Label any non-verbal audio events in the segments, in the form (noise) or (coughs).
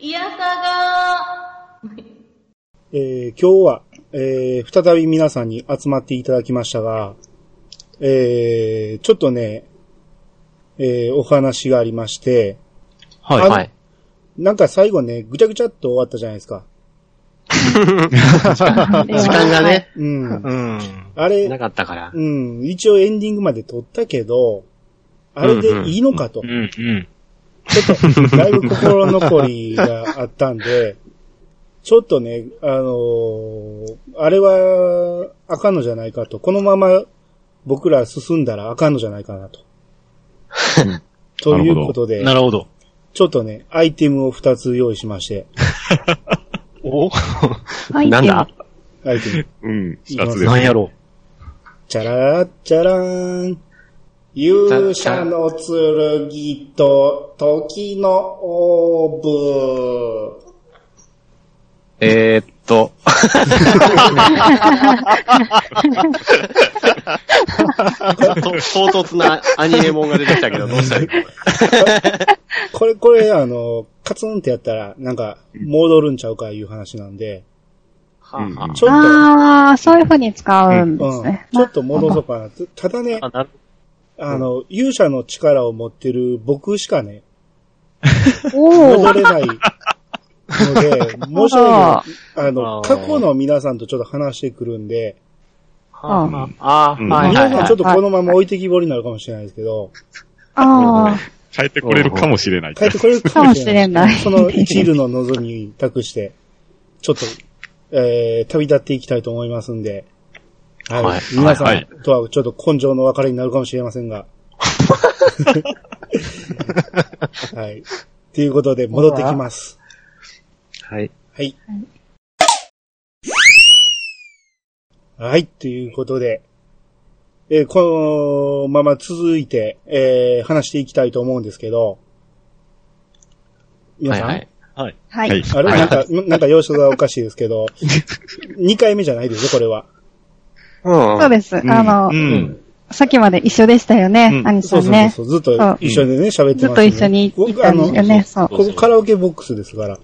いやさがえー今日は、えー再び皆さんに集まっていただきましたが、えーちょっとね、えーお話がありまして、はあい。のはい。なんか最後ね、ぐちゃぐちゃっと終わったじゃないですか。時間がね、 (laughs) うん。うん。あれ、なかったから。うん、一応エンディングまで撮ったけど、あれでいいのかとう。んうん。ちょっと、だいぶ心残りがあったんで、ちょっとね、あのーあれは、あかんのじゃないかと。このまま僕ら進んだらあかんのじゃないかなと。ということで、なるほど。ちょっとね、アイテムを2つ用意しまして、お (laughs) なんだアイテム。うん、二つですなん。やろチャラッチャラーン。勇者の剣と時のオーブ。えー、っ (laughs) と。と唐突なアニメモンが出てきたけど、どうしたらいいのこれ、これ、あの、カツンってやったら、なんか、戻るんちゃうかいう話なんで、はあはちょっああ、そういう風に使うんと、でうすん、ね。ちょっと戻そうかな。たただねあ、あ、なるあの、勇者の力を持ってる僕しかね、お戻お。れないので、申し訳ない。あの、あー過去の皆さんとちょっと話してくるんで、はうんあ、あー、うんはいは皆いさんはちょっとこのまま置いてきぼりになるかもしれないですけど、ああ、帰ってこれるかもしれない。帰ってこれるかもしれない。かその一縷の望みに託して、ちょっと、えー、旅立っていきたいと思いますんで、はい。はい皆さはんいとはちょっと根性の別れになるかもしれませ (laughs) んが。はい。ということで、戻ってきます。い。はい。はい。はい、ということで、えーこのまま続いて、えー話していきたいと思うんですけど、皆はいさん、はい。ははいい。。あれはいなんか、なんか様子がおかしいですけど、2回目じゃないですよ、これは。うんそうです。あうの、ん。さっきまで一緒でしたよねう、ん兄さそうんそうそうね。そう、ずっと一緒でね、喋ってます、ね。ずっと一緒に行ったんですよね。そう。ここカラオケボックスですから。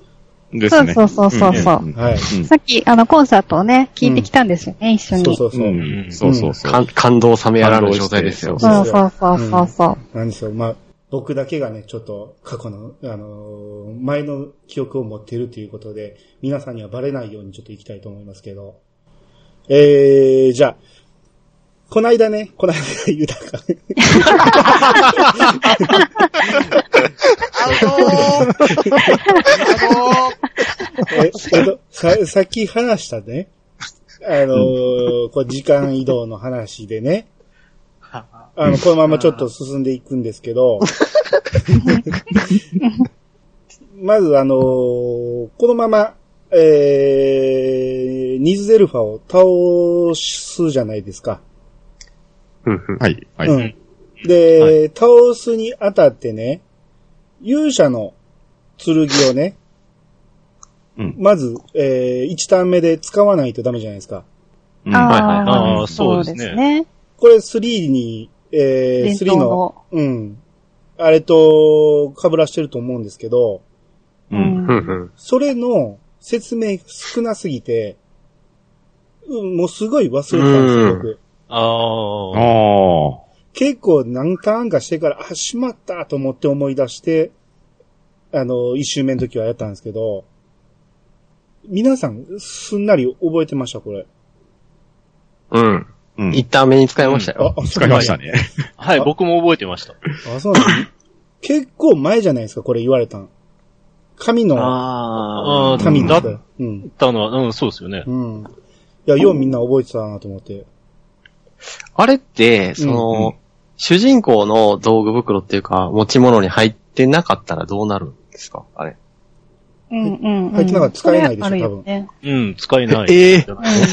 でそすうね。そうそうそうそう。んはい。うんさっき、あの、コンサートをね、聞いてきたんですよね、一緒に。そうそうそうそう。うんそうそうそう。感感動冷めやらぬ状態ですよ。感そうそうそうそう。なんですよ。まあ、僕だけがね、ちょっと過去の、あのー前の記憶を持っているということで、皆さんにはバレないようにちょっと行きたいと思いますけど。えー、じゃあ、こないだね、こないだ言うたか。あのー、あのー、 (laughs) え、えっと、さ、さっき話したね、あのーこう時間移動の話でね、あの、このままちょっと進んでいくんですけ (laughs) ど、まずあのーこのまま、えー、ニズゼルファを倒すじゃないですか。うんうんはい。はい。うん。で、は倒すにあたってね、勇者の剣をね、うんまず、えー、1ターン目で使わないとダメじゃないですか。うんあはいはいああ、ーそうですねそうね。これ3に、えー、伝3統の、の。うん。あれと、被らしてると思うんですけど、う。うんんう。んうんそれの説明少なすぎて、うんもうすごい忘れてたんですよ、うん僕。あああ。あ。結構何ターンかしてから、あ、しまったと思って思い出して、あの、一周目の時はやったんですけど、皆さん、すんなり覚えてました、これ。うん。うん。一旦目に使いましたあよ。、あ使いましたね。はい、僕も覚えてました。あ、そうなんですね結構前じゃないですか、これ言われたん。神のああー民だっただよ。うん。たのは、うん、そうですよね。うん。いや、ようみんな覚えてたなと思って。あれって、その、主人公の道具袋っていうか、持ち物に入ってなかったらどうなるんですかあれ。うんうんうん。入ってなんか使えないでしょそれあるよねうん、使えない。ええじゃないうん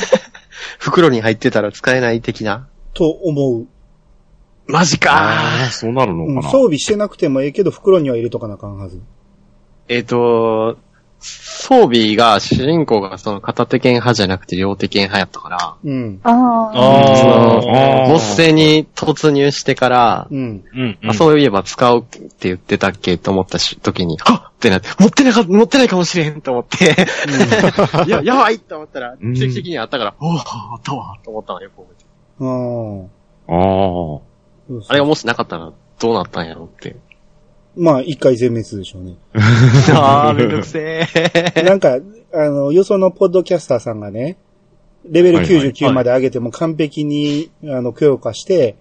袋に入ってたら使えない的なと思う。マジあかあ、そうなるのうん、か装な。備してなくてもええけど、袋には入れとかなあかんはず。えっ、と、装備が、主人公がその片手剣派じゃなくて両手剣派やったから、うん。ああ。そあのーボス戦に突入してから、うん。うん。あそういえば使うって言ってたっけと思ったし時に、はっってなって、持ってなか、持ってないかもしれんと思って、 (laughs) (laughs) いや、やばいと思ったら、うん奇跡的にあったから、おぉ、あったわと思ったのよく覚えてる。あーあー。そうそうあれがもしなかったらどうなったんやろうって。まあ、一回全滅でしょうね。あー、めんどくせえ。なんか、あの、よそのポッドキャスターさんがね、レベルはいはい99まで上げても完璧に、あの、強化して、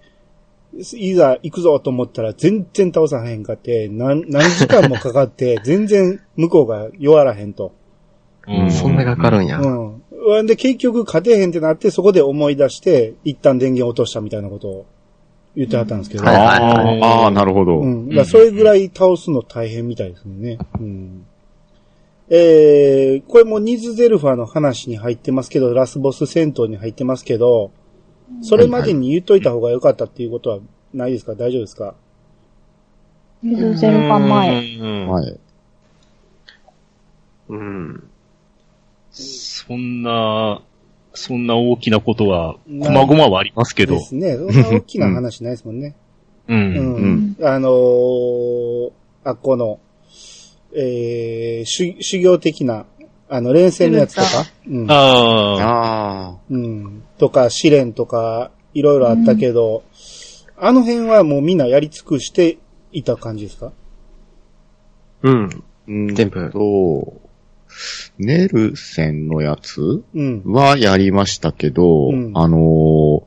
いざ行くぞと思ったら全然倒さへんかって、何、何時間もかかって、全然向こうが弱らへんと。うそんなかかるんや。うん。で、結局勝てへんってなって、そこで思い出して、一旦電源落としたみたいなことを言ってはったんですけど。はいはいはいああああ、なるほど。うん。だからそれぐらい倒すの大変みたいですね。うん。えー、これもニズゼルファの話に入ってますけど、ラスボス戦闘に入ってますけど、それまでに言っといた方が良かったっていうことはないですか大丈夫ですかミズゼルファ前。うん。はい。うん。そんな、そんな大きなことは、こまごまはありますけどで。すね。そんな大きな話ないですもんね。う。うんん。あのー、あっこの、えー、修修行的な、あの、連戦のやつとか、うん。ああ、あうん。とか、試練とか、いろいろあったけど、あの辺はもうみんなやり尽くしていた感じですかうん。あ。全部と、ネルセンのやつうん。はやりましたけど、うんあのー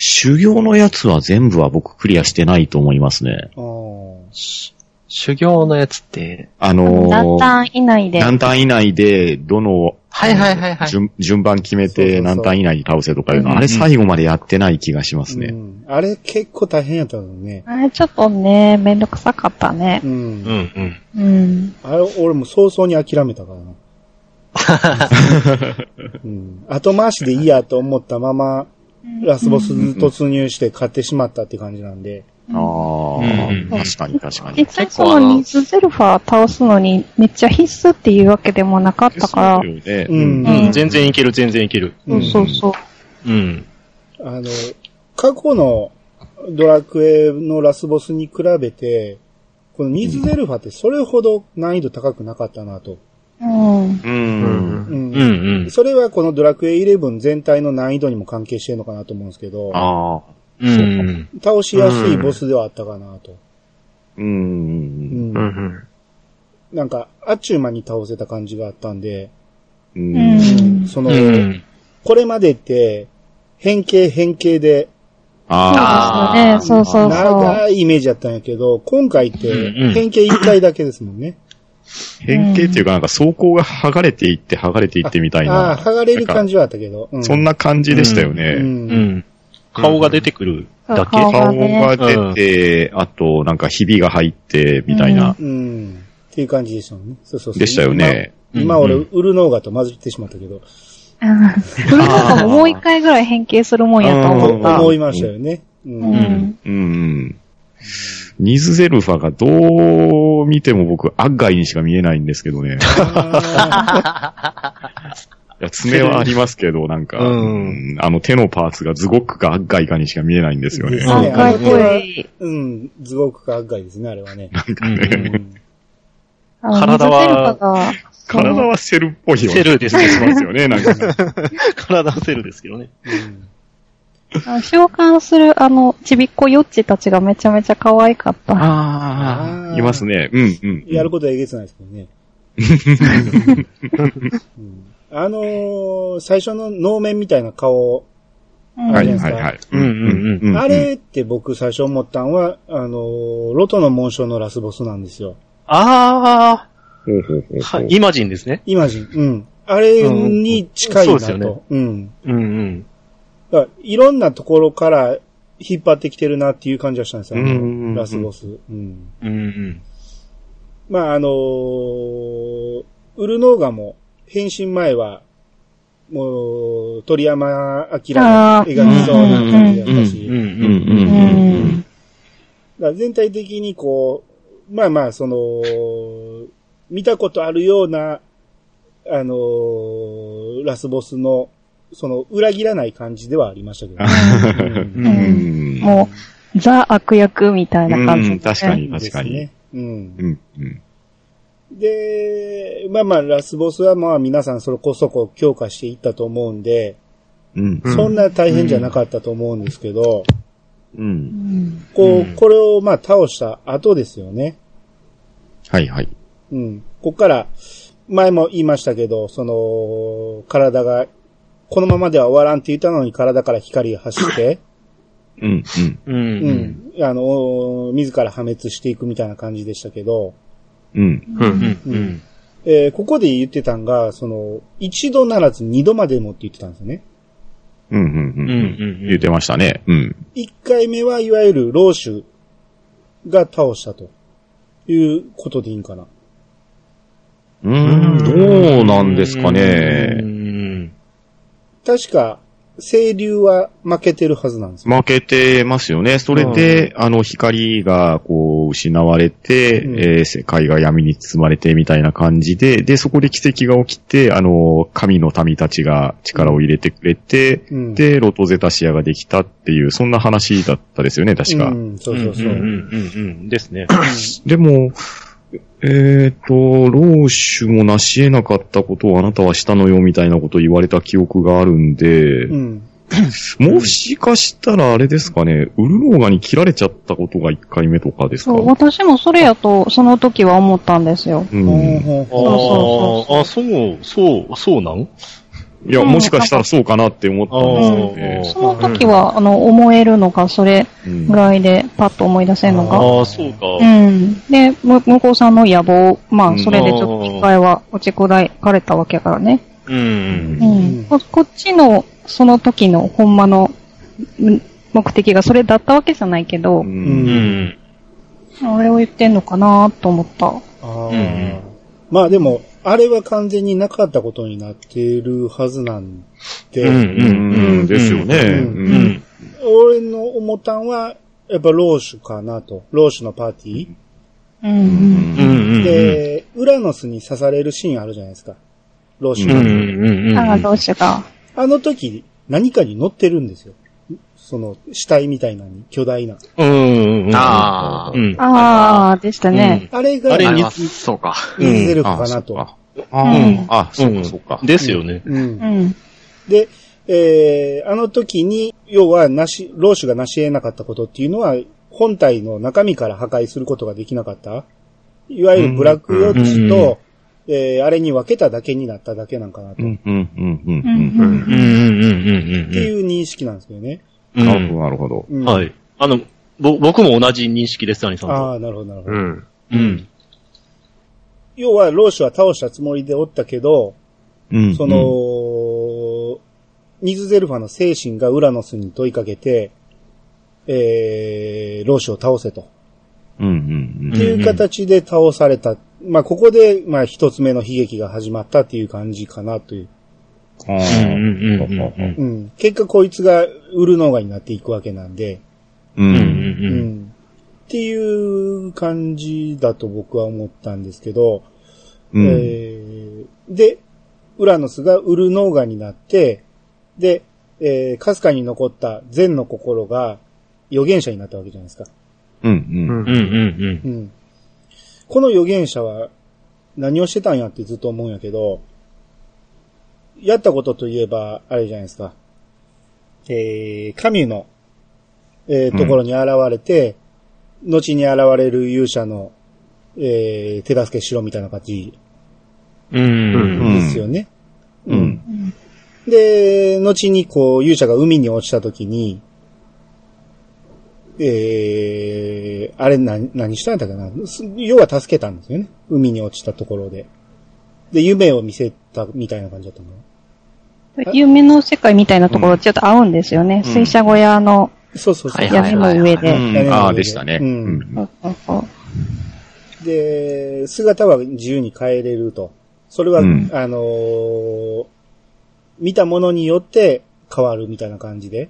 修行のやつは全部は僕クリアしてないと思いますね。あー修行のやつって、ああののランー、タン以内で。何単以内で、どの、はいはいはいはい順順番決めそうそうそてう何単以内に倒せとかいううんうの、んあれ最後までやってない気がしますうね。ん。あれ結構大変やったのね。あれちょっとね、めんどくさかったねう。ん。うんうん。うん。あれ、俺も早々に諦めたからな。うん、後回しでいいやと思ったまま、ラスボス突入して勝ってしまったって感じなんで。ああ、うん確かに確かに。実際そのニズゼルファ倒すのにめっちゃ必須っていうわけでもなかったから。ですよね。うんうん。うん全然いける、全然いける。そうそうそう。うん。あの、過去のドラクエのラスボスに比べて、このニズゼルファってそれほど難易度高くなかったなと。うん。う。うんん。うんうんうん。それはこのドラクエ11全体の難易度にも関係してるのかなと思うんですけど、ああ。うん。倒しやすいボスではあったかなと。う。うんんうんうん。なんか、あっちゅう間に倒せた感じがあったんで、う。うんん。その、うん。これまでって、変形変形でああ。あーそうですよね。そうそうそう。長いイメージだったんやけど、今回ってうんうん変形1回だけですもんね。変形っていうか、なんか装甲が剥がれていって、剥がれていってみたいああ、な。剥がれる感じ。じはあったけど。うそんな感じでしたよう。ね。うんん。顔が出てくるだけ。そう顔が出て、あと、なんかひびが入って、みたいな。うん。っていう感じでしたもんね。そうそうそう。でしたよね。今。今俺、うんウルノーガと混じってしまったけど、うん。それなんかもう一回ぐらい変形するもんやとうん思った。思いましたよね。うん。ううんん。うんうん。ニズゼルファがどう見ても僕、アッガイにしか見えないんですけどね。あいや爪はありますけど、なんか、うんうんあの手のパーツがズゴックかアッガイかにしか見えないんですよねです。あねかっこいい。ーうん。ズゴクかアッガイですね、あれはね。うんあの体は水ゼルファが、 (laughs) 体はセルっぽいようセルですなね (laughs) 気がしますよね、なんか。体はセルですけどね。うんあの召喚するあの、ちびっこよっちたちがめちゃめちゃ可愛かった。ああーいますね。うん、うん。やることはえげつないですけどね。 (laughs) うんあのー最初の能面みたいな顔、うんははいい、ははいい、ははいい。うんうんうんあれって僕最初思ったんは、あのーロトの紋章のラスボスなんですよ。あほうほうほうあ、ほはう。イマジンですね。イマジン。うん。あれに近いなと。うんうんそううん。うんうん。だからいろんなところから引っ張ってきてるなっていう感じはしたんですよ、あのうんうんうんラスボス。うん。うんうん。まあ、あのーウルノーガも変身前は、もう、鳥山明が描きそうな感じだったうんし、う。うんん、う、うんうんうん。だん。から全体的にこう、まあまあ、その、見たことあるようなあのーラスボスの、その、裏切らない感じではありましたけど、う (laughs) んううんん。もう、ザ悪役みたいな感じ、うん確かにですね。うんう。ん。うん。で、まあまあ、ラスボスはまあ皆さんそれこそこ強化していったと思うんで、うん。うんそんな大変じゃなかったと思うんですけど、うん。こうんう、これをまあ倒した後ですよね。はいはい。うん。こっから、前も言いましたけど、その、体が、このままでは終わらんって言ったのに体から光が走って、うん。うん。うん。あの、自ら破滅していくみたいな感じでしたけど、うん。うん。う。うんん。うん。えーここで言ってたんが、その、一度ならず二度までもって言ってたんですよね。うん。う。うんん。ううん。ん。言ってましたね。うん。一回目はいわゆる老主が倒したということでいいんかな。うーん、どうなんですかうね。ん。確か、清流は負けてるはずなんですよ。負けてますよね。それで、あの、光が、こう、失われて、うんえー世界が闇に包まれて、みたいな感じで、で、そこで奇跡が起きて、あの、神の民たちが力を入れてくれて、うんで、ロトゼタシアができたっていう、そんな話だったですよね、確か。うん、そうそうそう。うん。うん。うん。ですね。でも、えっ、と、老主も成し得なかったことをあなたはしたのよ、みたいなことを言われた記憶があるんで、うん。もしかしたらあれですかね、ウルローガに切られちゃったことが1回目とかですかそう、私もそれやと、その時は思ったんですよ。う。ほうんほうほうああ、あ、そう、そう、そうなんいや、もしかしたらそうかなって思ったんですその時は、あの、思えるのが、それけど。うんぐらいで、パッと思い出せるのが。ああ、そうか。うん。で、む、向こうさんの野望、まうあ、んそれでちょっと一回は落ち砕かれたわけやからね。うん。うん。うん。ここっちの、その時の、ほんまの、ん目的がそれだったわけじゃないけどう、うんんうん。あれを言ってんのかなと思った。あうんうーまあでも、あれは完全になかったことになってるはずなんで、うんうんですよね。ううん。うん。俺の思ったんは、やっぱローシュかなと。ローシュのパーティー。う。うんんうん。うん。で、ウラノスに刺されるシーンあるじゃないですか。ローシュうが。ん。うん。うん。ああ、どうしようか。あの時、何かに乗ってるんですよ。その、死体みたいなのに、巨大な。うん。うん。ああう。ん。ああ、でしたね。あれが、あれあにれはそうか。ニズゼルフかあ、そなうと。か。うんあ、そうか、そうか。ですよね。うんう。ん。で、えー、あの時に、要は、なし、老主が成し得なかったことっていうのは、本体の中身から破壊することができなかった。いわゆるブラックヨッチうんうんと、えー、あれに分けただけになっただけなんかなと。うっん、うん、うん、う、うんん。うん。うん。うん。ていう認識なんですけどね。う。うんん。う。なんるほど、なるほど。うん、は。い。あの、ぼ、僕も同じ認識です、アニさんあと。あ、なるほど、なるほうど。ん。うん。要は、老主は倒したつもりでおったけど、うんそ、の、ニズゼルファの精神がウラノスに問いかけて、えー、老主を倒せと。うん、うん、っていう形で倒された。まあ、ここで、まあ、一つ目の悲劇が始まったっていう感じかなという。うん。あうん。ーうん。うん。うん。うん。結果、こいつが売るのがになっていくわけなんで、う。うん。うん。うんっていう感じだと僕は思ったんですけど、うんえーで、ウラノスがウルノーガになって、で、えーかすかに残った善の心が預言者になったわけじゃないですか。うん、うん。うん。うん。うん。この預言者は何をしてたんやってずっと思うんやけど、やったことといえば、あれじゃないですか。えー、神の、えーところに現れて、後に現れる勇者の、えー、手助けしろみたいな感じうん。ですよね。ううんん。で、後にこう、勇者が海に落ちた時に、えー、あれ何、何したんだったかなす要は助けたんですよね。海に落ちたところで。で、夢を見せたみたいな感じだったの。夢の世界みたいなところ、ちょっと合うんですよね。うん水車小屋のそうそうそう。はいはい屋根の上で。うんああ、でしたね。うんそうそうそうで、姿は自由に変えれると。それは、うんあのー見たものによって変わるみたいな感じで。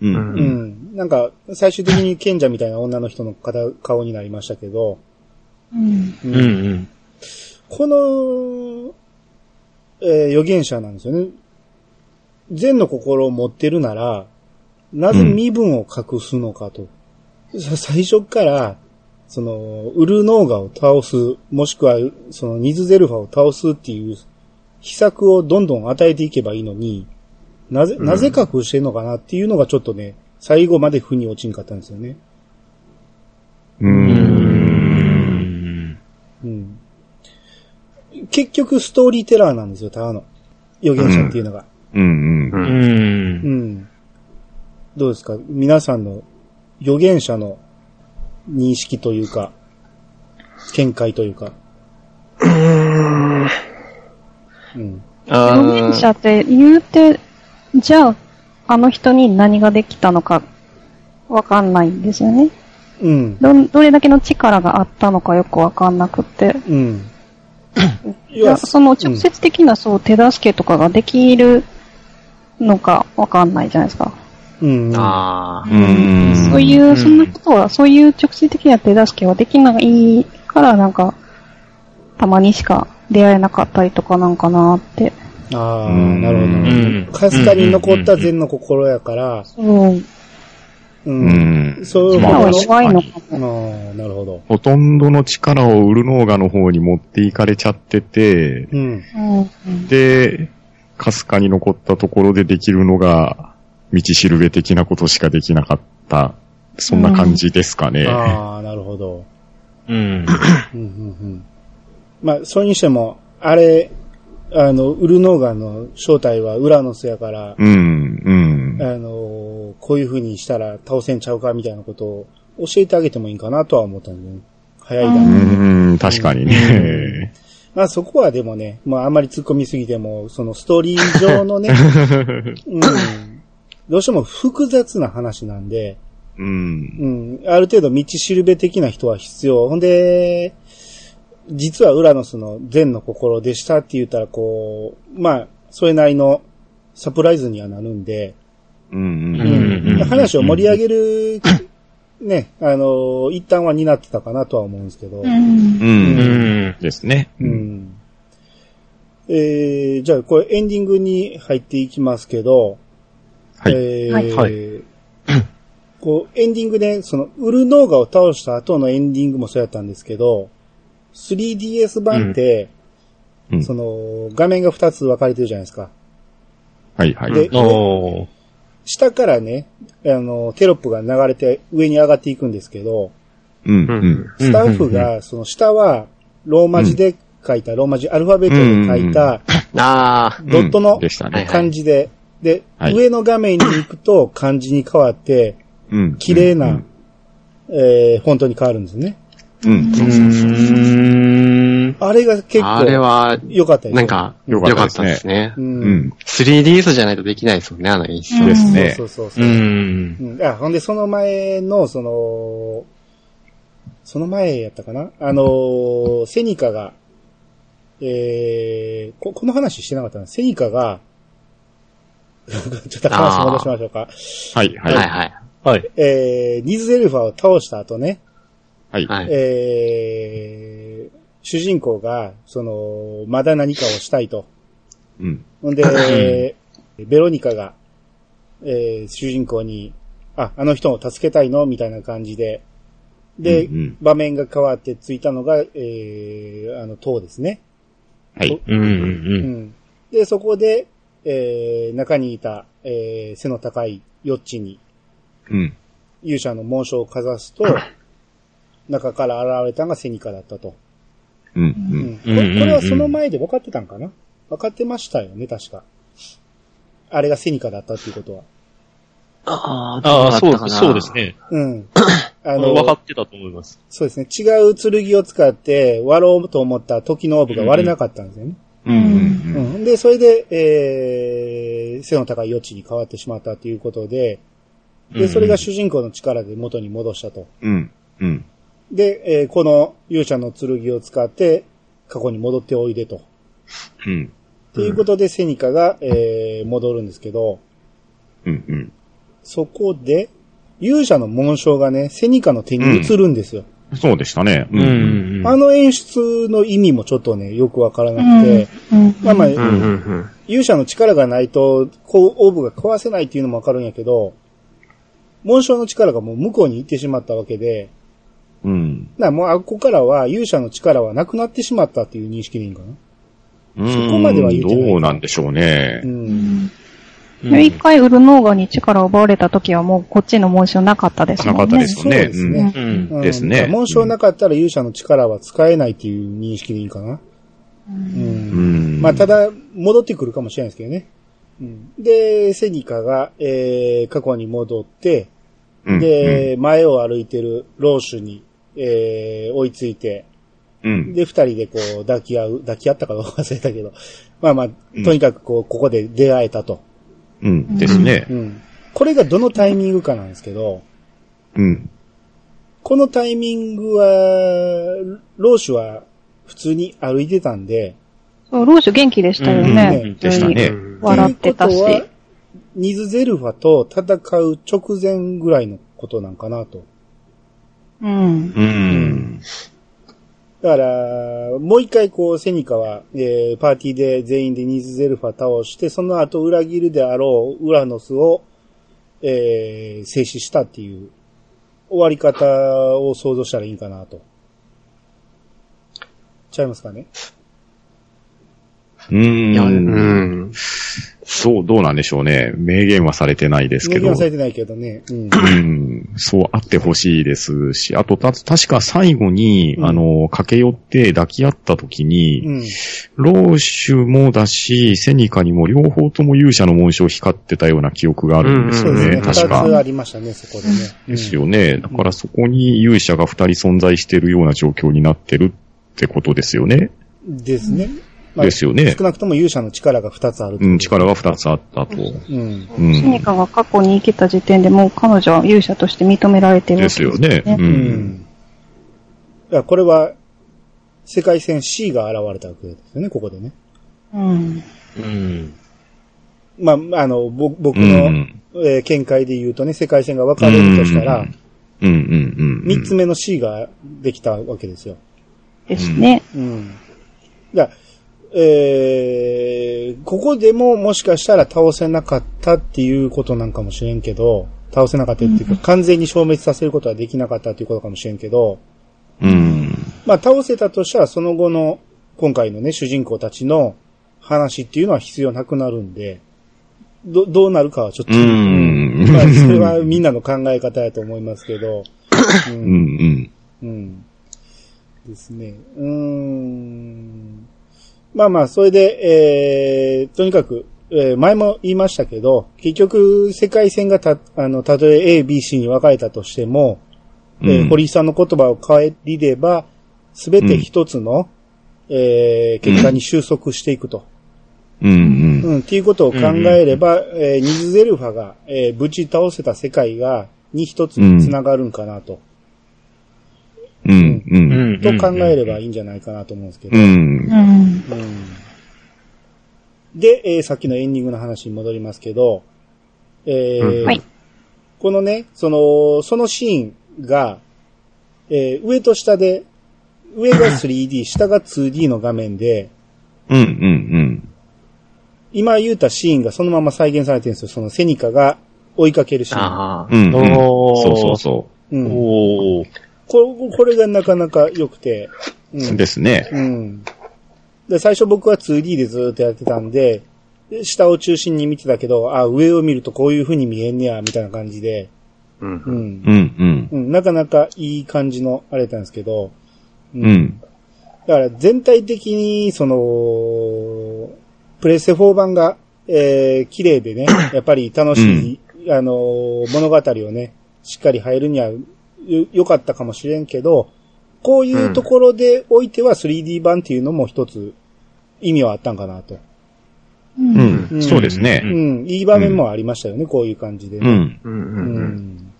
うんう。ん。なんか、最終的に賢者みたいな女の人の方顔になりましたけど、うん。うん。この、えー預言者なんですよね。善の心を持ってるなら、なぜ身分を隠すのかと。さ最初から、その、ウルノーガを倒す、もしくは、その、ニズゼルファを倒すっていう、秘策をどんどん与えていけばいいのに、なぜ、なぜ隠してんのかなっていうのがちょっとね、最後まで腑に落ちんかったんですよね。うーん。うん。結局、ストーリーテラーなんですよ、ただの。預言者っていうのが。うんうん。う。うんん。どうですか皆さんの預言者の認識というか、見解というか。うん。あ預言者って言うて、じゃあ、あの人に何ができたのか、わかんないんですよね。うん。どん、どれだけの力があったのかよくわかんなくって。うん。いいやや、その直接的なそう手助けとかができるのかわかんないじゃないですか。うん。うん。あうーん。。そういうう、そんなことは、そういう直接的な手助けはできないから、なんか、たまにしか出会えなかったりとかなんかなって。ああ、なるほどなうるんほど。。かすかに残った善の心やから、うん。う。うんん。そういうま今あはこ弱いのかとも。の、ああ、なるほど。ほとんどの力をウルノーガの方に持っていかれちゃってて、うん。うん。うんで、かすかに残ったところでできるのが、道しるべ的なことしかできなかった。そんな感じですかね。ああ、なるほど。うん。うんうんうんまあ、それにしても、あれ、あの、ウルノーガンの正体はウラノスやから、うん、うん。あの、こういう風にしたら倒せんちゃうかみたいなことを教えてあげてもいいかなとは思ったんで、ね、早いだ、ううん、確かにね。まあそこはでもね、まああんまり突っ込みすぎても、そのストーリー上 (laughs) のね、うん、どうしても複雑な話なんで、うん。うん、ある程度道しるべ的な人は必要。ほんで、実はウラノスの善の心でしたって言ったら、こう、まあ、それなりのサプライズにはなるんで、うんううんん。うん話を盛り上げる、ね、あの、一旦は担ってたかなとは思うんですけど、うんう。うんん。ですね。う。ん。えー、じゃあこれエンディングに入っていきますけど、はいえーはいはこう、エンディングで、その、ウルノーガを倒した後のエンディングもそうやったんですけど、3DS 版って、うんその、画面が2つ分かれてるじゃないですか。はいはい。で、おー。下からね、あの、テロップが流れて上に上がっていくんですけど、うん、うん。スタッフが、その下は、ローマ字で書いた、ローマ字アルファベットで書いた、あ。あドットうのんでしたね。漢字で、で、はい上の画面に行くと漢字に変わって、うん。綺麗うな、んえー、フォントに変わるんですね。うん。うーん。あれが結あ。あれ構は、良かったですなん、か、良良かったですねかったですねう。。うんん。 3DS じゃないとできないですもんね、あの演出。ですそうねそ。うそうそうう、ん。うんあ、ほんでその前の、その、その前やったかなあのーセニカが、えー、こ、この話してなかったな。セニカが、 (laughs) ちょっと話戻しましょうか。はいは。はいいははい。はい。えー、ニズエルファを倒した後ね、い。はい。えー主人公が、その、まだ何かをしたいと。うん。ほんで、ベロニカが、えー主人公に、あ、あの人を助けたいのみたいな感じで。で、うんうん場面が変わってついたのが、えーあの、塔ですね。はい。うん。う。うんん。で、そこで、えー中にいた、えー背の高いヨッチに、うん。勇者の紋章をかざすと、中から現れたのがセニカだったと。うん。うん。これこれはその前で分かってたんかな分かってましたよね、確か。あれがセニカだったっていうことは。あああ、そう、そうです。ね。うん。あの、分かってたと思います。そうですね。違う剣を使って割ろうと思った時のオーブが割れなかったんですよね。うん。うん。で、それで、えー、背の高い余地に変わってしまったということで、で、それが主人公の力で元に戻したと。うん。うん。で、えーこの勇者の剣を使って過去に戻っておいでと。うん。ということで、セニカが、えー、戻るんですけど、うん。うん。そこで、勇者の紋章がね、セニカの手に移るんですよ。そうでしたね。うんうんうん。あの演出の意味もちょっとね、よくわからなくて、うん。まあまあ、うんうんうん。勇者の力がないと、こう、オーブが壊せないっていうのもわかるんやけど、紋章の力がもう向こうに行ってしまったわけで、うん。なもうあっこからは勇者の力はなくなってしまったっていう認識でいいんかな。うんそこまでは言ってないどうなんでしょうねう。。うんん一回ウルノーガに力を奪われた時はもうこっちの紋章なかったですもんね。なかったですよそうね。ですねうんうん。うんですね紋章なかったら勇者の力は使えないっていう認識でいいかな。ううん。うんん。まあ、ただ、戻ってくるかもしれないですけどね。うん、で、セニカが、えー、過去に戻って、うん、で、前を歩いてる老主に、えー、追いついて、うん、で、二人でこう、抱き合う、抱き合ったかどうか (laughs) 忘れたけど、まあまあ、とにかくこう、ここで出会えたと。うん、うん、ですね。うん。これがどのタイミングかなんですけど、うん。このタイミングは、老主は普通に歩いてたんで、そう、老主元気でしたよね。うんでしたね。笑ってたしということはニズゼルファと戦う直前ぐらいのことなんかなと。うん。うん。だから、もう一回こう、セニカは、えーパーティーで全員でニズゼルファ倒して、その後裏切るであろうウラノスを、えー、静止したっていう終わり方を想像したらいいんかなと。ちゃいますかねう。いやうんん。そう、どうなんでしょうね。明言はされてないですけ明言どは。されてないけどね。 (clears throat) うん。うんそうあってほしいですし、あと、た、確か最後に、うんあの、駆け寄って抱き合った時に、うん。ローシュもだし、セニカにも両方とも勇者の紋章光ってたような記憶があるんですそようですね、ね。二確つか。ありましたね、そこでね。ですよね。だからそこに勇者が二人存在しているような状況になってるってことですよね。うん。ですね。ですよね少。なくとも勇者の力が2つあるとうん、力が二つあったと。うん。うシニん。カが過去に生きた時点でもう彼女は勇者として認められてるわけですよね。う。うんん。だからこれは、世界戦 C が現れたわけですよね、ここでね。うん。うん。まあ、まああの、ぼ僕うの、ん。えー見解で言うとね、世界戦が分かれるとしたら、うん、うん、うん。三つ目の C ができたわけですよ。ですね。うん。だからえー、ここでももしかしたら倒せなかったっていうことなんかもしれんけど、倒せなかったっていうか、完全に消滅させることはできなかったっていうことかもしれんけど、うん。まあ、倒せたとしたら、その後の、今回のね、主人公たちの話っていうのは必要なくなるんで、ど、どうなるかはちょっと、うーんまあ、それはみんなの考え方やと思いますけど、う、うん、うんん。うん。ですね。うーん。まあまあ、それで、えー、とにかく、えー前も言いましたけど、結局、世界線がた、あの、たとえ A、B、C に分かれたとしても、えーうん堀井さんの言葉を変えれば、すべて一つの、えー結果に収束していくと。うん、うん。うん、っていうことを考えれば、えーニズゼルファが、えーぶち倒せた世界が、に一つに繋がるんかなと、うん、う。うんん。と考えればいいんじゃないかなと思うんですけどう。んう。ん。うんで、えーさっきのエンディングの話に戻りますけど、えーうんはいこのね、その、そのシーンが、えー上と下で、上が 3D、下が 2D の画面で、うん、うん、今言うたシーンがそのまま再現されてるんですよ。そのセニカが追いかけるシーン。ああ。うん。うん。おーそうそうそうん、おー。ここれがなかなか良くて、うう。んですね。うん。で、最初僕は 2D でずーっとやってたんで、で下を中心に見てたけど、あ、上を見るとこういう風に見えんねや、みたいな感じで、う。うんんう。ん、うん、なかなかいい感じのあれだったんですけど、ううん。うん。だから全体的に、その、プレステ4版が、えー、綺麗で (coughs) ね、やっぱり楽しい、あのー物語をね、しっかり入るにはよ良かったかもしれんけど、こういうところでおいては 3D 版っていうのも一つ意味はあったんかなと。ううんん。そうですうね。ん、いい場面もありましたよね、こういう感じでうね。ん。うんううんうん。ん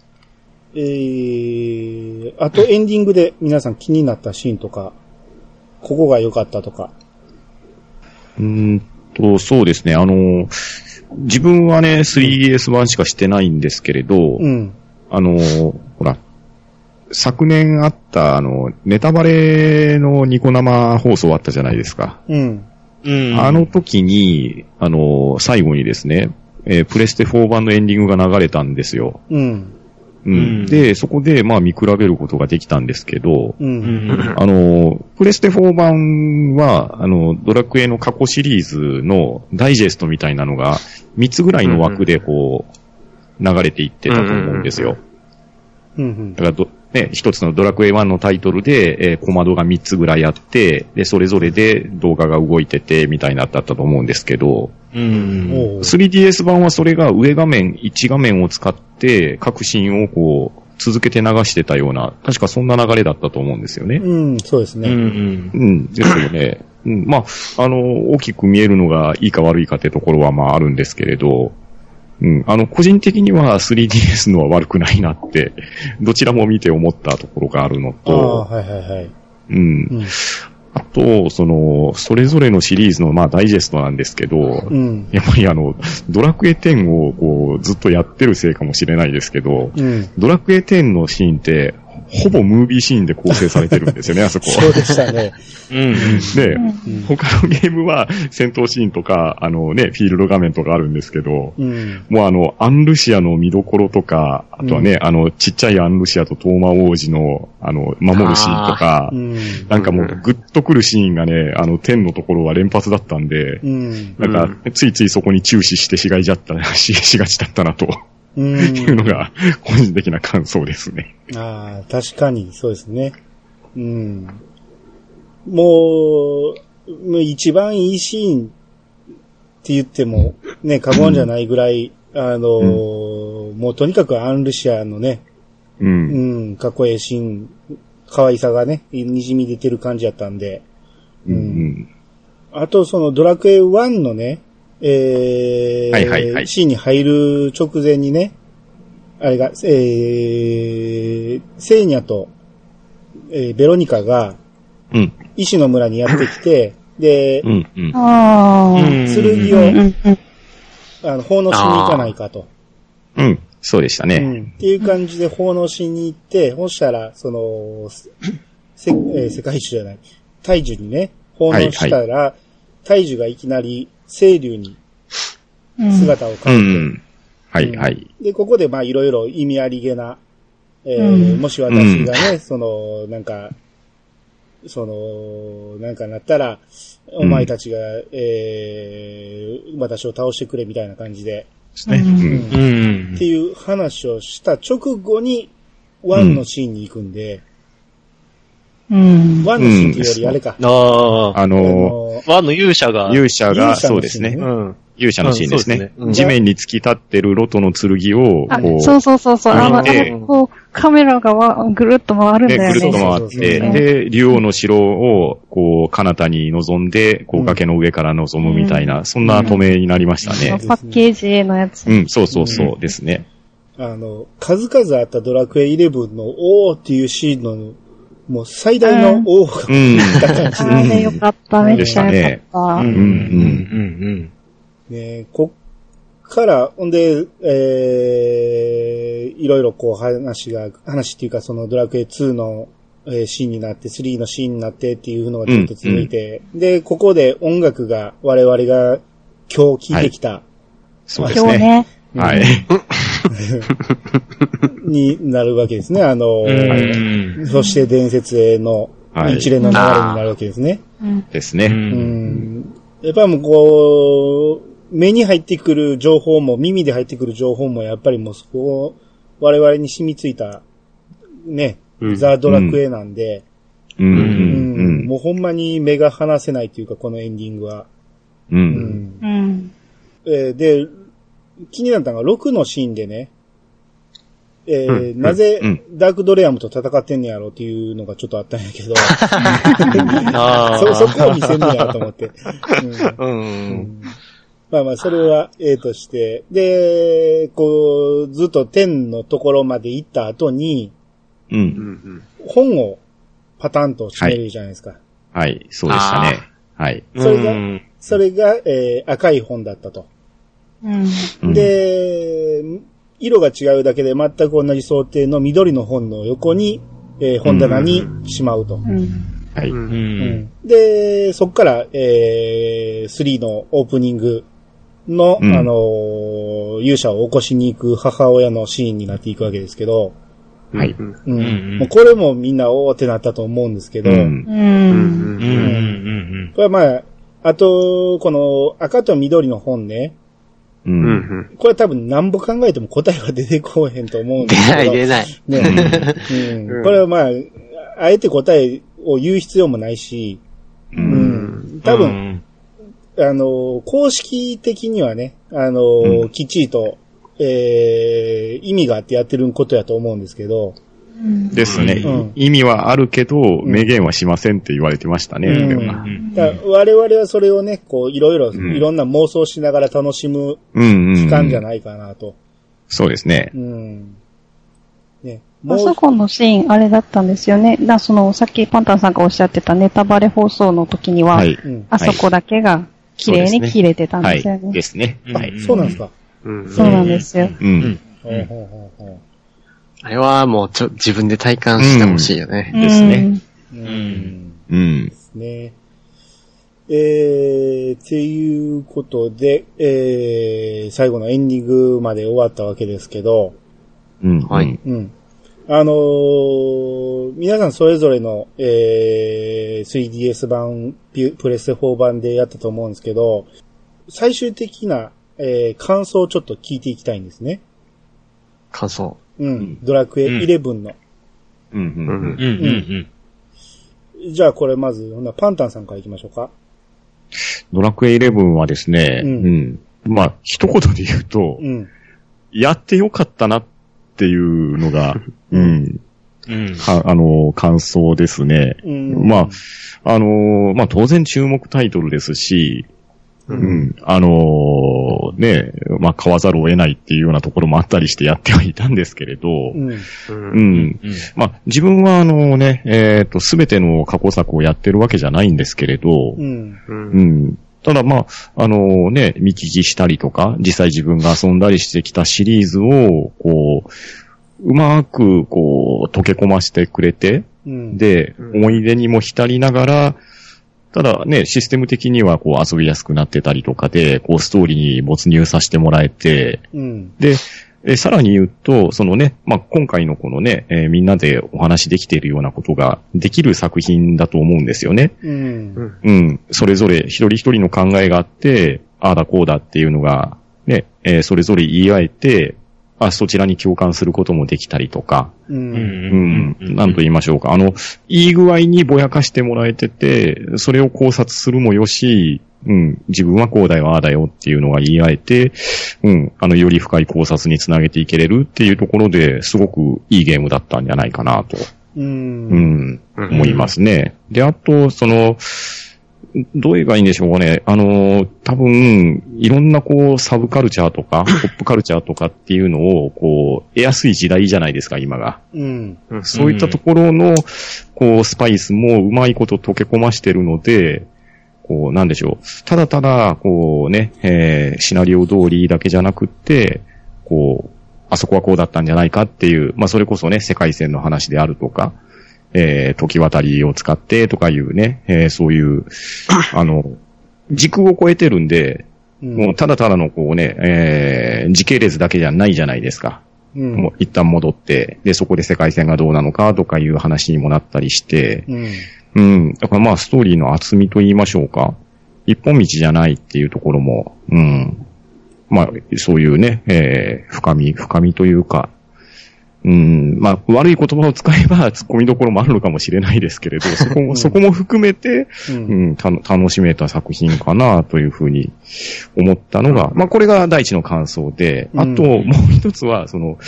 えー、あとエンディングで皆さん気になったシーンとか、ここが良かったとか。うーんと、そうですね。あの、自分はね、3DS 版しかしてないんですけれど、うん。あの、ほら、昨年あった、あの、ネタバレのニコ生放送あったじゃないですか。うん。うん。あの時に、あの、最後にですね、えープレステ4版のエンディングが流れたんですよ。うん。うん。うんで、そこで、まあ、見比べることができたんですけど、う。うんん。あの、プレステ4版は、あの、ドラクエの過去シリーズのダイジェストみたいなのが、3つぐらいの枠でこう、流れていってたと思うんですよ。うんだ。からど、ね、一つのドラクエ1のタイトルで、えー小窓が3つぐらいあって、で、それぞれで動画が動いてて、みたいなだったと思うんですけど、うん。おう 3DS 版はそれが上画面、1画面を使って、各シーンをこう、続けて流してたような、確かそんな流れだったと思うんですよね。うん、そうですうん。うね。ん。うん、ですよね。うん、まあ、あの、大きく見えるのがいいか悪いかってところはまああるんですけれど、うん、あの、個人的には 3DS のは悪くないなって、 (laughs) どちらも見て思ったところがあるのああ、と、はいはいはい。うん、うん。あと、その、それぞれのシリーズのまあダイジェストなんですけど、うん。やっぱりあの、ドラクエ10をこう、ずっとやってるせいかもしれないですけど、うん。ドラクエ10のシーンって、ほぼムービーシーンで構成されてるんですよね、あそこ (laughs) はそうでしたね。うん。で、うん他のゲームは戦闘シーンとか、あのね、フィールド画面とかあるんですけど、うん。もうあの、アンルシアの見どころとか、あとはね、あの、ちっちゃいアンルシアとトーマ王子の、あの、守るシーンとかう、ん。なんかもうグッとくるシーンがね、あの、天のところは連発だったんで、うん。なんか、ついついそこに注視してしがいじゃった、 (laughs) し、しがちだったなと、うん。 (laughs) いうのが、個人的な感想ですね。ああ、確かに、そうですね。うん。もう、もう一番いいシーンって言っても、ね、過言じゃないぐらい、あのーもうとにかくアンルシアのね、う。うんん、かっこええシーン、可愛さがね、滲み出てる感じやったんで。うん。うん。あと、そのドラクエ1のね、えー、はいはいはいシーンに入る直前にね、あれが、えー、セーニャと、えーベロニカが、うん医師の村にやってきて、で、うん。うん。ああ。剣うんうを、んうん。あの、奉納しに行かないかと。うん。そうでしたね。うんっていう感じで奉納しに行って、そしたら、その、せ、えー世界一じゃない、大樹にね、奉納したら、大樹がいきなり、清流にうん姿をう変えて、ん。はい、はい。で、ここでまあいろいろ意味ありげな、えーうんもし私がね、その、なんか、その、なんかなったら、お前たちが、えー私を倒してくれみたいな感じで、ですね。うん。うんって。いう話をした直後に、ワンのシーンに行くんで、うん。ワンのシーンっていうよりあれか、あああののあ。和の勇者が。ー、勇者勇が、者そのうシでーンねすね。うん。勇者のシーンですうんそうねですねう。ん地面に突き立ってるロトの剣を、あこ、そうそうそうそう。あの、あ見てのこう、カメラがわぐるっと回るう、んだね、よぐるっとね。回っそうそうて、そうで、竜王の城を、こう、彼方に臨んで、こう、崖の上から臨むみたいな、そんな止めになりましたあねの。パッケージ絵のやつ。うん、そうそうそうですね。あの、数々あったドラクエ11の、おーっていうシーンの、もう最大うんのおーが、 (laughs) うん。あれよかった、めっちゃよかうっん。うた。ん。ねえ、こっから、ほんで、えー、いろいろこう話が、話っていうかそのドラクエ2の、えーシーンになって、3のシーンになってっていうのがずっと続いて、で、ここで音楽が我々が今日聴いてきた、そうです今日ね。ね。はい。になるわけですね。あの、うん。そして伝説へのはい一連の流れになるわけですね。うん。ですね。ううんん。やっぱりもうこう、目に入ってくる情報も、耳で入ってくる情報も、やっぱりもうそこ、我々に染みついた、ね、うんザ・ドラクエなんで、うん、ううんん、もうほんまに目が離せないというか、このエンディングは。うん。うう。んんうん。えーで、気になったのが6のシーンでね、えーうんなぜうんダークドレアムと戦ってんねやろっていうのがちょっとあったんやけど、あそ、そーこを見せんねやと思って。うんうん。まあまあ、それは、ええとして、で、こう、ずっと天のところまで行った後に、う。うんん。本をパタンと閉めるじゃないですか。はい、そうでしたね。はい。それがうんそれが、えー赤い本だったと。うん。うん、で、色が違うだけで全く同じ想定の緑の本の横にえー本棚にしまうと。うん。はい。ううんう。うんんで、そっから、えー、3のオープニングの、うんあのー勇者を起こしに行く母親のシーンになっていくわけですけど、はい。うんうんうんもうこれもみんなおーってなったと思うんですけど、ん。う。うんうんん。うん。これはまあ、あと、この赤と緑の本ね、う。うんん。これは多分何ぼ考えても答えは出てこへんと思うんで出すけど。ない出ない。 (laughs) ね、ううんん。これはまあ、あえて答えを言う必要もないし、うう。んん。多分、あの、公式的にはね、あの、うきっちりと、えー意味があってやってることやと思うんですけど、うんですねうん。意味はあるけど、ん明言はしませんって言われてましたね。うんでもうんなだ我々はそれをね、こう、いろいろ、うんいろんな妄想しながら楽しむうんうん。期間じゃいないかなと。そうですね。うん。ね、もあうそ、このシーン、あれだったんですよね。だその、さっきパンタンさんがおっしゃってたネタバレ放送の時には、はい。うん。あそこだけが綺麗に切れてたんはですよい。ねで。すね。うんはうい。んそうなんですか。うんそうなんですよ。うん。うんほうほうほうほあれはもうちょ、自分で体感してほしいよね。ですねうんう。うんん。うん。ね。えー、っていうことで、えー、最後のエンディングまで終わったわけですけど、うん。はい。うん。あのー皆さんそれぞれの、えー、3DS 版、ピュプレステ4版でやったと思うんですけど、最終的な、えー感想をちょっと聞いていきたいんですね。感想。うん。ドラクエうん11の。うんうんううん。ん。うん。じゃあこれまず、ほなパンタンさんからいきましょうか。ドラクエ11はですね、ううんん。まあ、一言で言うとう、ん。やってよかったなっていうの (laughs) が、うん。うん。かあの、感想ですね。うん。まあ、あのーまあ当然注目タイトルですし、うう。ん、あのーね、まあ買わざるを得ないっていうようなところもあったりしてやってはいたんですけれど、うん。うん。まあ自分はあのね、えっ、と、すべての過去作をやってるわけじゃないんですけれど、うん。うん。うん。ただまあ、あのね、見聞きしたりとか、実際自分が遊んだりしてきたシリーズを、こう、うまく、こう、溶け込ませてくれて、うん。で、うん思い出にも浸りながら、ただね、システム的にはこう遊びやすくなってたりとかで、こうストーリーに没入させてもらえて、うん。で、えさらに言うと、そのね、まあ、今回のこのね、えーみんなでお話できているようなことができる作品だと思うんですよね。うん。うん。それぞれ一人一人の考えがあって、ああだこうだっていうのが、ね、えーそれぞれ言い合えて、あ、そちらに共感することもできたりとか、うん。うん、なんと言いましょうか。あの、いい具合にぼやかしてもらえてて、それを考察するもよし、うん、自分はこうだよ、ああだよっていうのが言い合えて、うん、あの、より深い考察につなげていけれるっていうところですごくいいゲームだったんじゃないかなと、うんう。ん、思いますね。で、あと、その、どう言えばいいんでしょうかね。あの、多分、いろんなこう、サブカルチャーとか、ポップカルチャーとかっていうのを、こう、得やすい時代じゃないですか、今が。うん。そういったところの、こう、スパイスもうまいこと溶け込ましてるので、こう、なんでしょう。ただただ、こうね、えーシナリオ通りだけじゃなくって、こう、あそこはこうだったんじゃないかっていう、まあ、それこそね、世界線の話であるとか、えー、時渡りを使ってとかいうね、えーそういう、あの、軸を超えてるんで、うん。もうただただのこうね、えー時系列だけじゃないじゃないですか。うん。もう一旦戻って、で、そこで世界線がどうなのかとかいう話にもなったりして、うん。うん。だからまあ、ストーリーの厚みと言いましょうか。一本道じゃないっていうところも、うん。まあ、そういうね、えー深み、深みというか、うん、まあ、悪い言葉を使えば突っ込みどころもあるのかもしれないですけれど、そこも、そこも含めて、うんうん、たの楽しめた作品かなというふうに思ったのが、まあこれが第一の感想で、うんあともう一つは、その、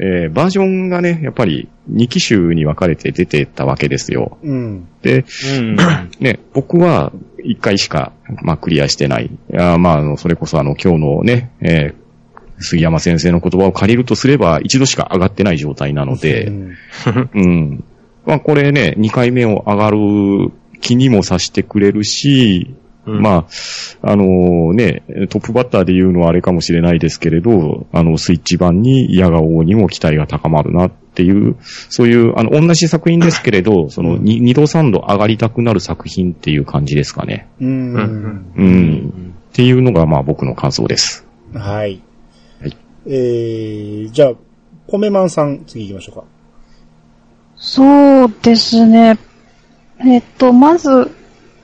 えーバージョンがね、やっぱり2機種に分かれて出てたわけですよ。うん。で、うん。ね、僕は1回しか、まあクリアしてない。いやまああの、それこそあの、今日のね、えー杉山先生の言葉を借りるとすれば、一度しか上がってない状態なので、うんうん。まあこれね、2回目を上がる気にもさせてくれるし、まあ、あのね、トップバッターで言うのはあれかもしれないですけれど、あの、スイッチ版に矢が王にも期待が高まるなっていう、そういう、あの、同じ作品ですけれど、その、に二度三度上がりたくなる作品っていう感じですかね。うん。うんうん。っていうのが、まあ僕の感想です。はい。はい。えー、じゃあ、ポメマンさん、次行きましょうか。そうですね。えっと、まず、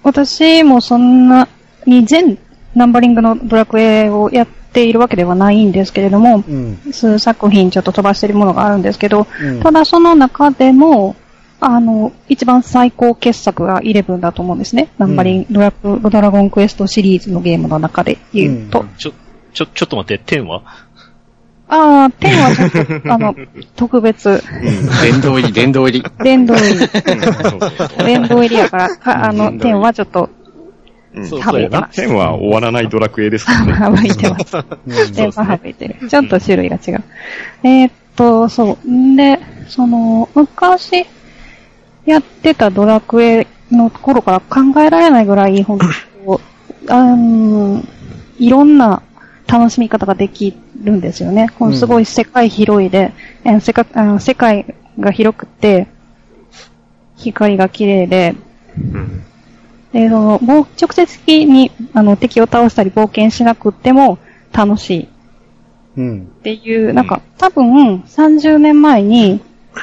私もそんなに全ナンバリングのドラクエをやっているわけではないんですけれども、うん。数作品ちょっと飛ばしてるものがあるんですけど、うんただその中でも、あの、一番最高傑作が11だと思うんですね。ナンバリング、ドラクドラゴンクエストシリーズのゲームの中で言うと。うんちょ、ちょ、ちょっと待って、10はああ、天はちょっと、あの、特別、殿堂入り、殿堂入り。殿堂入り、殿堂入りやから、かあの、天はちょっとそう省そういやてな。ます。天は終わらないドラクエですから (laughs) ね。省いてます。全部省いてる。ちょっと種類が違う。えーっと、そう。んで、その、昔やってたドラクエの頃から考えられないぐらい、本当あの、いろんな楽しみ方ができるんですよね。このすごい世界広いで、えー世界あの世界が広くて、光が綺麗で、で、その、もう直接的に、あの、敵を倒したり冒険しなくっても楽しいうん。っていう、なんか、多分、30年前に、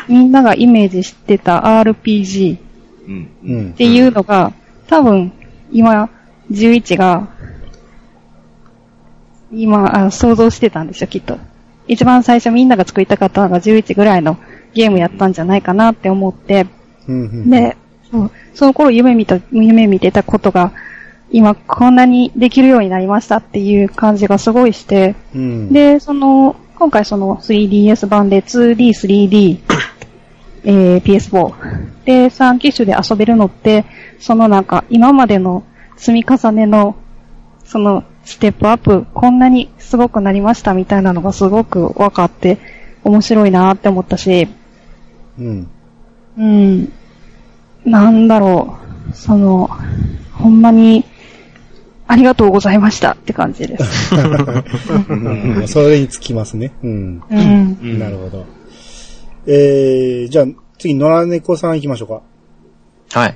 みんながイメージしてた RPG っうん。うん。ていうのが、多分、今、11が、今、あ想像してたんですよ、きっと。一番最初みんなが作りたかったのが11ぐらいのゲームやったんじゃないかなって思って、うん。で、そうその頃夢見た、夢見てたことが、今こんなにできるようになりましたっていう感じがすごいして、うん、で、その、今回その 3DS 版で 2D、3D、えー PS4 で3機種で遊べるのって、そのなんか今までの積み重ねの、そのステップアップ、こんなにすごくなりましたみたいなのがすごく分かって、面白いなって思ったし、うん。うん。なんだろう。その、ほんまに、ありがとうございましたって感 (laughs) じです。うん。それにつきますね。うん。うん。うんなるほど。えー、じゃあ、次、野良猫さん行きましょうか。はい。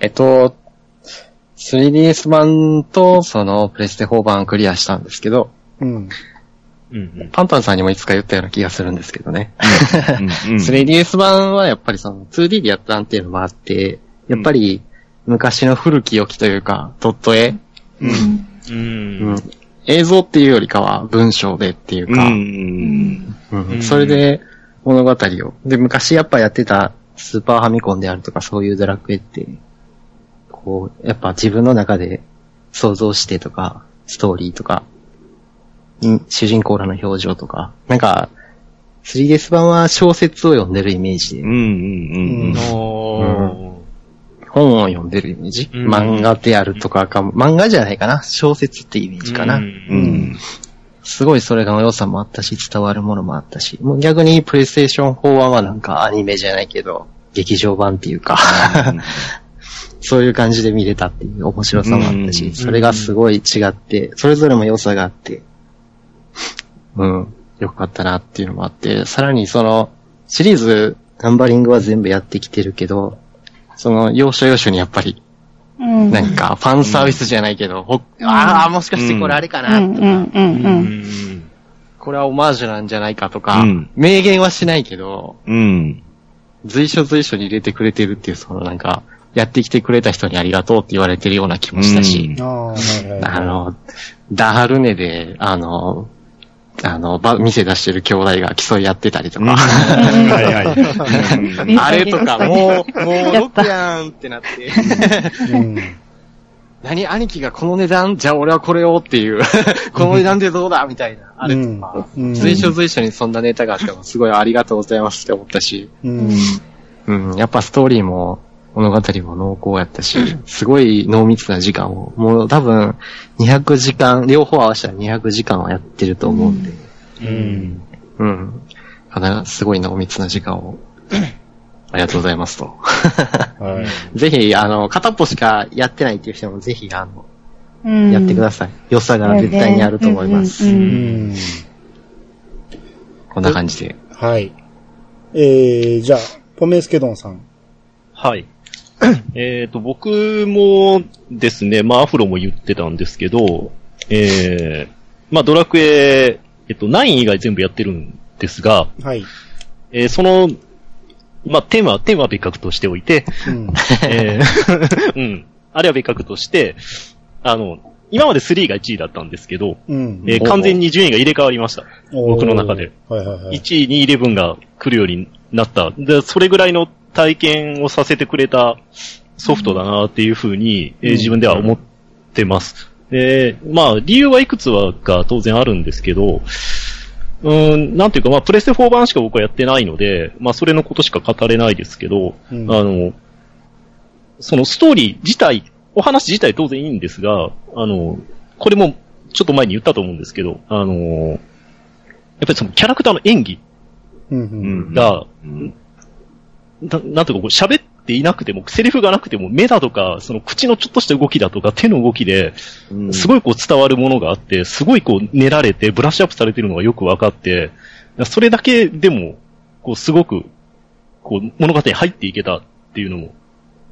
えっと、3DS 版と、その、プレステ4版クリアしたんですけど、うん。うんうん。パンタンさんにもいつか言ったような気がするんですけどね。うん (laughs) 3DS 版はやっぱりその 2D でやったんっていうのもあって、やっぱり昔の古き良きというか、ドット絵、ううんん。映像っていうよりかは文章でっていううか、ん。うんうんそれで物語を。で、昔やっぱやってたスーパーファミコンであるとかそういうドラクエって、こう、やっぱ自分の中で想像してとか、ストーリーとか、うん主人公らの表情とか、なんか、3DS 版は小説を読んでるイメージでうん。う、ん。うん。お本を読んでるイメージ、うん漫画であるとかかも、漫画じゃないかな小説ってイメージーかな、うん。すごいそれが良さもあったし、伝わるものもあったし、もう逆にプレイステーション4はなんかアニメじゃないけど、劇場版っていうか、 (laughs) そういう感じで見れたっていう面白さもあったうんし、それがすごい違って、それぞれも良さがあって、うん、良かったなっていうのもあって、さらにその、シリーズ、ナンバリングは全部やってきてるけど、その、要所要所にやっぱり、うん。なんか、ファンサービスじゃないけど、ほああ、もしかしてこれあれかうな、んうんううんうん。ん。これはオマージュなんじゃないかとか、うん明言はしないけど、うん。随所随所に入れてくれてるっていう、そのなんか、やってきてくれた人にありがとうって言われてるような気もしたし、ああ、はいはい。あの、ダハルネで、あの、あの、ば、店出してる兄弟が競い合ってたりとか、はいはい。ん (laughs) あれとか、うんもう、もう、やっ6たやんってなって、う (laughs) ん。何、兄貴がこの値段じゃあ俺はこれをっていう、この値段でどうだみたいな、あれとか、うん。随所随所にそんなネタがあっても、すごいありがとうございますって思ったし、うん。うん、やっぱストーリーも物語も濃厚やったし、すごい濃密な時間を、もう多分200時間、両方合わせたら200時間はやってると思うんで、うん。うん。かなすごい濃密な時間を、ありがとうございますと。はい。 (laughs) ぜひ、あの、片っぽしかやってないっていう人もぜひ、あの、うんやってください。良さが絶対にあると思いまうんす。ううんうんん。こんな感じで。はい。えー、じゃあ、ポメスケドンさん。はい。えっと、僕もですね、まあ、アフロも言ってたんですけど、えー、まあ、ドラクエ、えっと、9以外全部やってるんですが、はい。えーその、まあ、テーマ、テーマは別格としておいて、うん。えー (laughs) うん。あれは別格として、あの、今まで3が1位だったんですけど、うん。えー完全に順位が入れ替わりました。 (laughs) 僕の中でおー。はいはいはい。 1位、2位、11が来るようになった。で、それぐらいの体験をさせてくれたソフトだなっていうふうに、えーうん自分では思ってます。で、まあ、理由はいくつはが当然あるんですけど、うーん、なんていうか、まあ、プレステ4版しか僕はやってないので、まあ、それのことしか語れないですけど、うんあの、そのストーリー自体、お話自体当然いいんですが、あの、これもちょっと前に言ったと思うんですけど、あの、やっぱりそのキャラクターの演技うんううん。んが、うんななんとかこう喋っていなくても、セリフがなくても、目だとか、その口のちょっとした動きだとか、手の動きで、すごいこう伝わるものがあって、すごいこう練られて、ブラッシュアップされてるのがよく分かって、それだけでも、こうすごく、こう物語に入っていけたっていうのも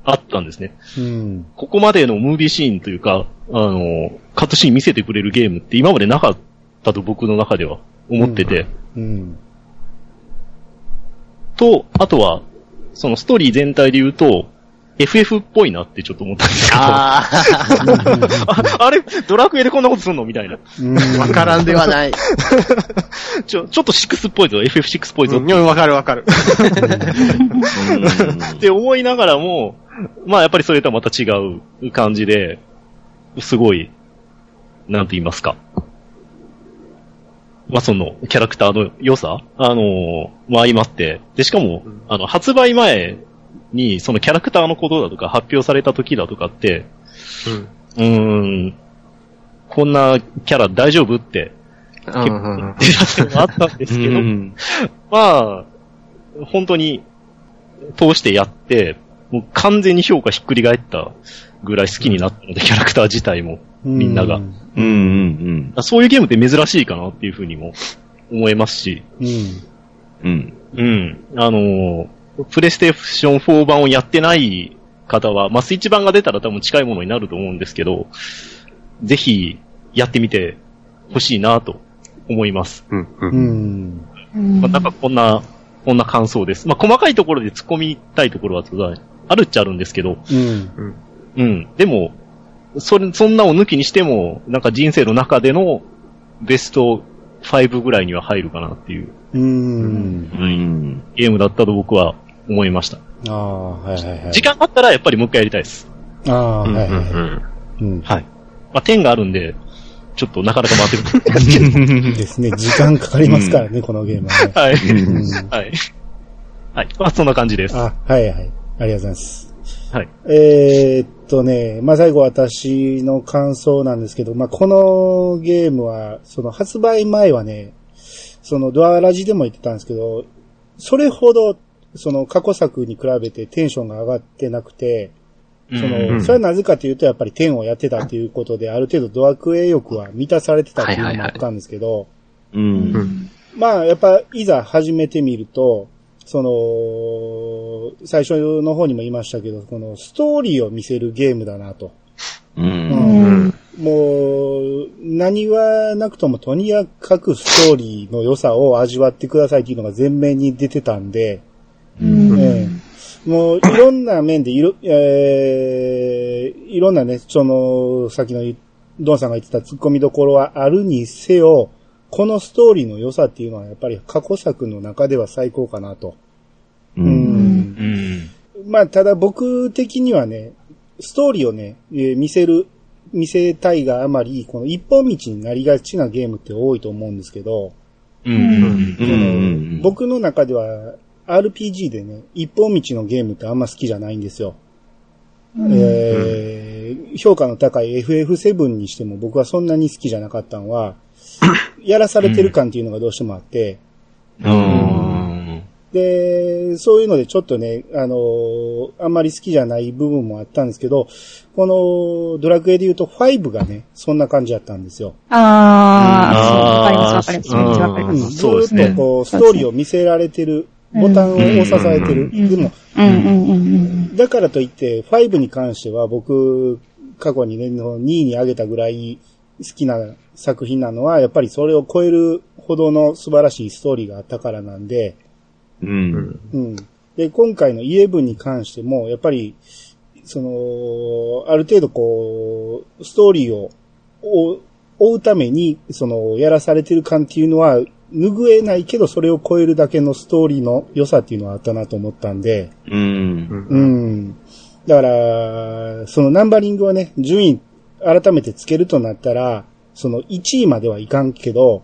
あったんですね。うん。ここまでのムービーシーンというか、あの、カットシーン見せてくれるゲームって今までなかったと僕の中では思ってて、うん。と、あとは、そのストーリー全体で言うと、FF っぽいなってちょっと思ったんですけど。あ (laughs) ああれドラクエでこんなことすんのみたいな。あ、わからんでは (laughs) ない。ちょ、ちょっと6っぽいぞ、FF6 っぽいぞうん、うんわかるわかる。って思いながらも、まあやっぱりそれとはまた違う感じで、すごい、なんて言いますか。まあその、キャラクターの良さあのー、も相まって、で、しかも、あの、発売前に、そのキャラクターのことだとか発表された時だとかって、うーん、こんなキャラ大丈夫って、うんうんうん出た点もあったんですけど、まあ、本当に、通してやって、もう完全に評価ひっくり返ったぐらい好きになったので、キャラクター自体も。みんながうん。うんうんそういうゲームって珍しいかなっていうふうにも思えますし、うん。うん。ううん。ん。あのープレイステーション4版をやってない方は、まあ、スイッチ版が出たら多分近いものになると思うんですけど、ぜひ、やってみてほしいなと思います。うん。うんまあ、なんかこんな、こんな感想です。まあ、細かいところで突っ込みたいところは当然あるっちゃあるんですけど、うん。うん。でも、それ、そんなを抜きにしても、なんか人生の中でのベスト5ぐらいには入るかなっていううん。うん。ゲームだったと僕は思いました。ああ、はいはいはい。時間あったらやっぱりもう一回やりたいです。ああ、うんうはいはいはい。んうん。はい。まあ、10があるんで、ちょっとなかなか待ってる。ですね。時間かかりますからね、このゲーム (laughs) はね。はい。うんはい。はい。まあ、そんな感じです。はあ、はいはい。ありがとうございます。い。えーっとね、まあ、最後私の感想なんですけど、まあ、このゲームは、その発売前はね、そのドアラジでも言ってたんですけど、それほど、その過去作に比べてテンションが上がってなくて、その、それはなぜかというと、やっぱり10をやってたということで、ある程度ドアクエ欲は満たされてたっていうのもあったんですけど、うん。まあ、やっぱ、いざ始めてみると、その、最初の方にも言いましたけど、このストーリーを見せるゲームだなと。うん。うん。もう、何はなくともとにかくストーリーの良さを味わってくださいっていうのが前面に出てたんで、うんええもういろんな面でいろ、えーいろんなね、その、さっきのドンさんが言ってた突っ込みどころはあるにせよ、このストーリーの良さっていうのはやっぱり過去作の中では最高かなと。う。うんんうん。まあ、ただ僕的にはね、ストーリーをね、えー見せる、見せたいがあまり、この一本道になりがちなゲームって多いと思うんですけど、うん。うんうん。僕の中では RPG でね、一本道のゲームってあんま好きじゃないんですよ。えー評価の高い FF7 にしても僕はそんなに好きじゃなかったの (coughs) は、やらされてる感っていうのがどうしてもあって、うん。で、そういうのでちょっとね、あのーあんまり好きじゃない部分もあったんですけど、このドラクエで言うと5がね、そんな感じだったんですよ。あうんあ、わかります、わかります。あーわかりうまんす。そうですねずっとこう、ストーリーを見せられてるボタンを押さされてる。うんでも、うんうんうんうん。だからといって、5に関しては僕、過去にね、の2位に上げたぐらい好きな作品なのは、やっぱりそれを超えるほどの素晴らしいストーリーがあったからなんで、うん。うん。で、今回の11に関しても、やっぱり、その、ある程度こう、ストーリーを追う追うために、その、やらされてる感っていうのは、拭えないけど、それを超えるだけのストーリーの良さっていうのはあったなと思ったんで、うん。うん。だから、そのナンバリングをね、順位改めてつけるとなったら、その1位まではいかんけど、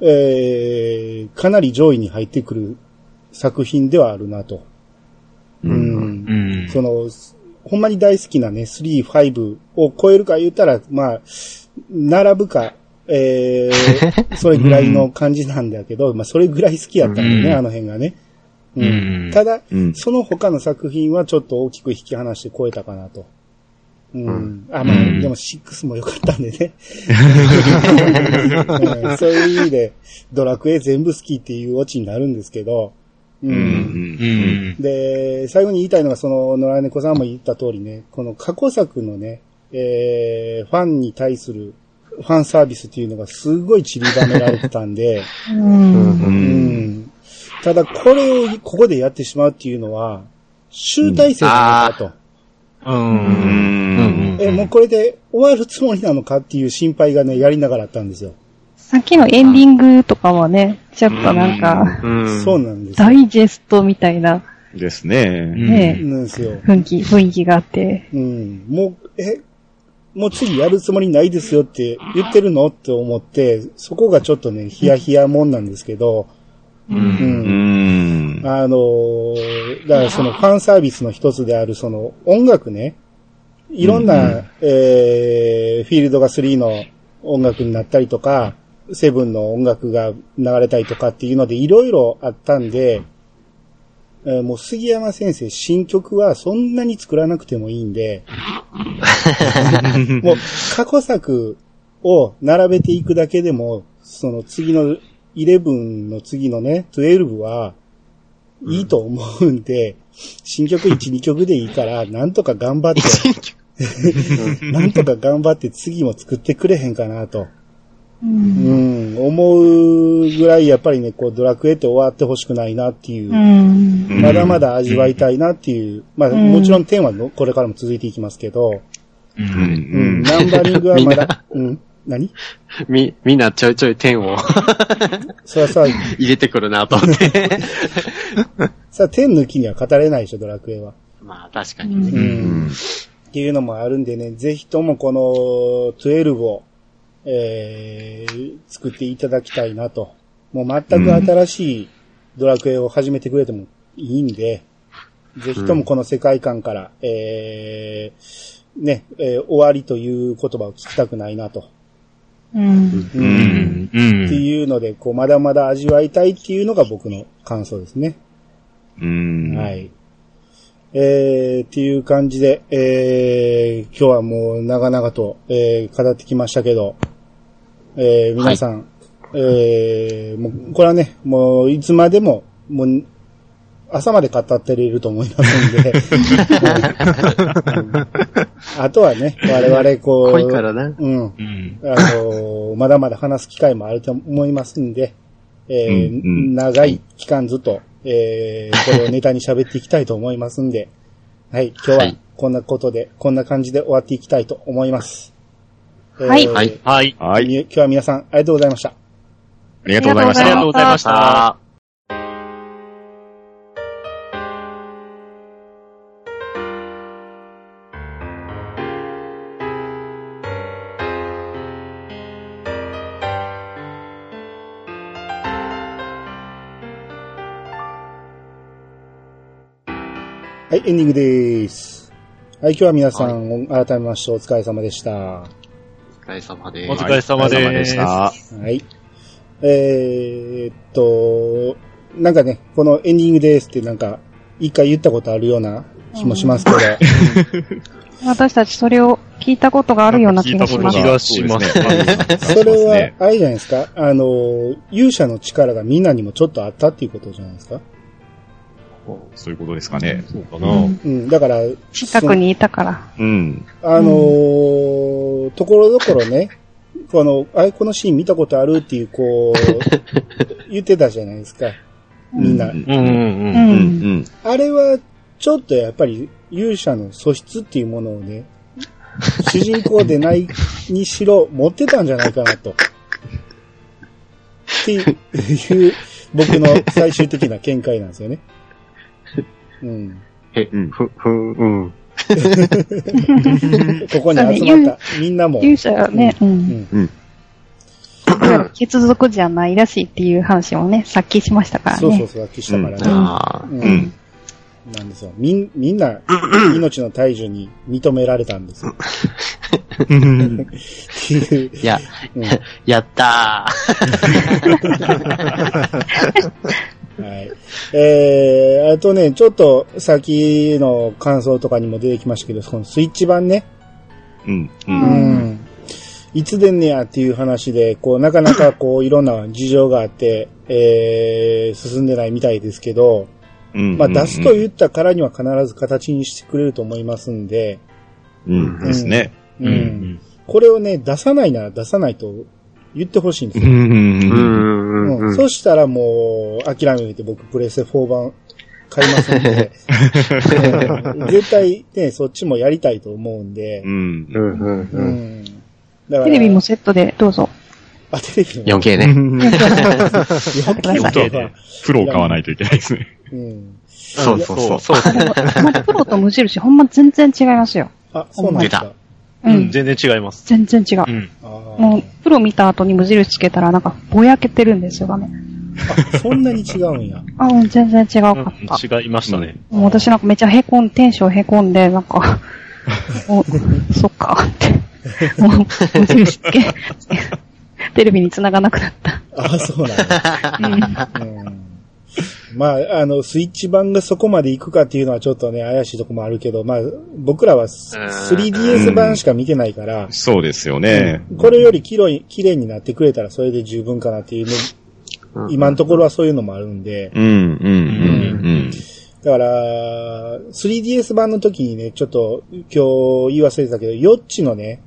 えー、かなり上位に入ってくる作品ではあるなと。うんうん。その、ほんまに大好きなね、3、5を超えるか言ったら、まあ、並ぶか、え (laughs) ー、それぐらいの感じなんだけど、まあ、それぐらい好きやったんだよね、うんあの辺がね。ううんただ、うんその他の作品はちょっと大きく引き離して超えたかなと。うん。あ、まあ、うんでも6も良かったんで (laughs) ね、うんそういう意味で、ドラクエ全部好きっていうオチになるんですけど、ううんうん。で、最後に言いたいのが、その、野良猫さんも言った通りね、この過去作のね、えー、ファンに対するファンサービスっていうのがすごい散りばめられてたんで、うん。う。ん。ただ、これをここでやってしまうっていうのは、集大成なのかと。うん。え、もうこれで終わるつもりなのかっていう心配がね、やりながらあったんですよ。さっきのエンディングとかはね、ちょっとなんか、うん。そうなんですよ。ダイジェストみたいな、ですね。ね、なんですよ。雰囲気、雰囲気があって。うん。もう、え、もう次やるつもりないですよって言ってるのって思って、そこがちょっとね、ヒヤヒヤもんなんですけど、うんうん。あのーだからそのファンサービスの一つであるその音楽ね、いろんな、えーフィールドが3の音楽になったりとか、セブンの音楽が流れたりとかっていうのでいろいろあったんで、えーもう杉山先生新曲はそんなに作らなくてもいいんで、もう過去作を並べていくだけでも、その次の11の次のね、12は、いいと思うんで、新曲1、2曲でいい (laughs) から、なんとか頑張って、 (laughs) なんとか頑張って次も作ってくれへんかなと。うん、思うぐらいやっぱりね、こうドラクエって終わってほしくないなっていうう、ん。まだまだ味わいたいなっていう、まあんもちろん点はのこれからも続いていきますけど、うん。うん、ナンバリングはまだ、うん、何み、みんなちょいちょい点をそりゃさ、入れてくるなと思って。さ、点抜きには語れないでしょ、ドラクエは。まあ確かにね。うんっていうのもあるんでね、ぜひともこの12を、えー、作っていただきたいなと。もう全く新しいドラクエを始めてくれてもいいんで、ぜひともこの世界観から、えー、ね、えー終わりという言葉を聞きたくないなと。うん。うんうん。うってん。いうので、こう、まだまだ味わいたいっていうのが僕の感想ですね。うん。はい。えー、っていう感じで、えー、今日はもう長々と、えー、語ってきましたけど、えー、皆さん、えー、もう、これはね、もう、いつまでも、もう、朝まで語ってれると思いますんで、あとはね、我々、こう、濃いからな。うん、うん。あのーまだまだ話す機会もあると思いますんで、えーうんうん長い期間ずっと、えーこれをネタに喋っていきたいと思いますんで、 (laughs) はい、今日ははいこんなことで、こんな感じで終わっていきたいと思います。はいはいみはい。はい。今日は皆さんありがとうございました。ありがとうございましありたが。とうございました。はい、エンディングです。はい、今日は皆さん、改めましてお疲れ様でした。はお疲れ様でお疲れ様お疲れ様ででし。したた。い。えーっと、なんかね、このエンディングですってなんか、一回言ったことあるような気もしますけど、私たちそれを聞いす。ことがあるような気がします。気がしますそれは、あれじゃないですか、あの、勇者の力がみんなにもちょっとあったっていうことじゃないですか。そういうことですかね。そうかうな。んうん、だから、近くにいたから。うん。あのーところどころね、この、あいこのシーン見たことあるっていう、こう、言ってたじゃないですか。みんな。うんうんうんううん。うんん。あれは、ちょっとやっぱり勇者の素質っていうものをね、主人公でないにしろ持ってたんじゃないかなと。っていう、僕の最終的な見解なんですよね。うん。へ、うんふ、ふ、うん。ここに集まったみんなも。勇者はね、う。うんん。血族じゃないらしいっていう話もね、さっきしましたからね。そうそうそう、したからね。ああ、うんうん。なんですよ。みん、みんな、命の大樹に認められたんですよ。っていう。いや、うんやったはい。えー、あとね、ちょっと先の感想とかにも出てきましたけど、このスイッチ版ね。うん。う。うんん。いつでんねやっていう話で、こう、なかなかこう、いろんな事情があって、えー、進んでないみたいですけど、うん。まあ出すと言ったからには必ず形にしてくれると思いますんで、うん。ですね。うん。うんこれをね、出さないなら出さないと言ってほしいんですう。よ。うんん、うん、う、うんん。そしたらもう、諦めて僕、プレステ4版買いますんで、絶対ね、そっちもやりたいと思うんでう、ん。うん、うん、ううん。ん。だからテレビも、セットでどうぞ。あ、テレビも、 4K ね。買ってください。そうね。プロを買わないといけないですね。うん。そうそうそう。そうそうまあ、プロと無印、ほんま全然違いますよ。あ、そうなん出だた。ううんん。全然違います。全然違うう。ん。あもうー、プロ見た後に無印つけたら、なんか、ぼやけてるんですよ、画面。あ、そんなに違うんや。あ、うん、全然違うかった。違いましたね。もう私なんかめっちゃへこん、テンションへこんで、なんか、お、そっか、って。もう、無印つけ、つけテレビに繋がなくなった。あ、そうなんだ。うんうん。まあ、あの、スイッチ版がそこまで行くかっていうのはちょっとね、怪しいとこもあるけど、まあ、僕らは 3DS 版しか見てないから、そうですよね。これよりきれい綺麗になってくれたらそれで十分かなっていうね、今のところはそういうのもあるんで、うん、うん、うん、だから、3DS 版の時にね、ちょっと今日言い忘れてたけど、ヨッチのね、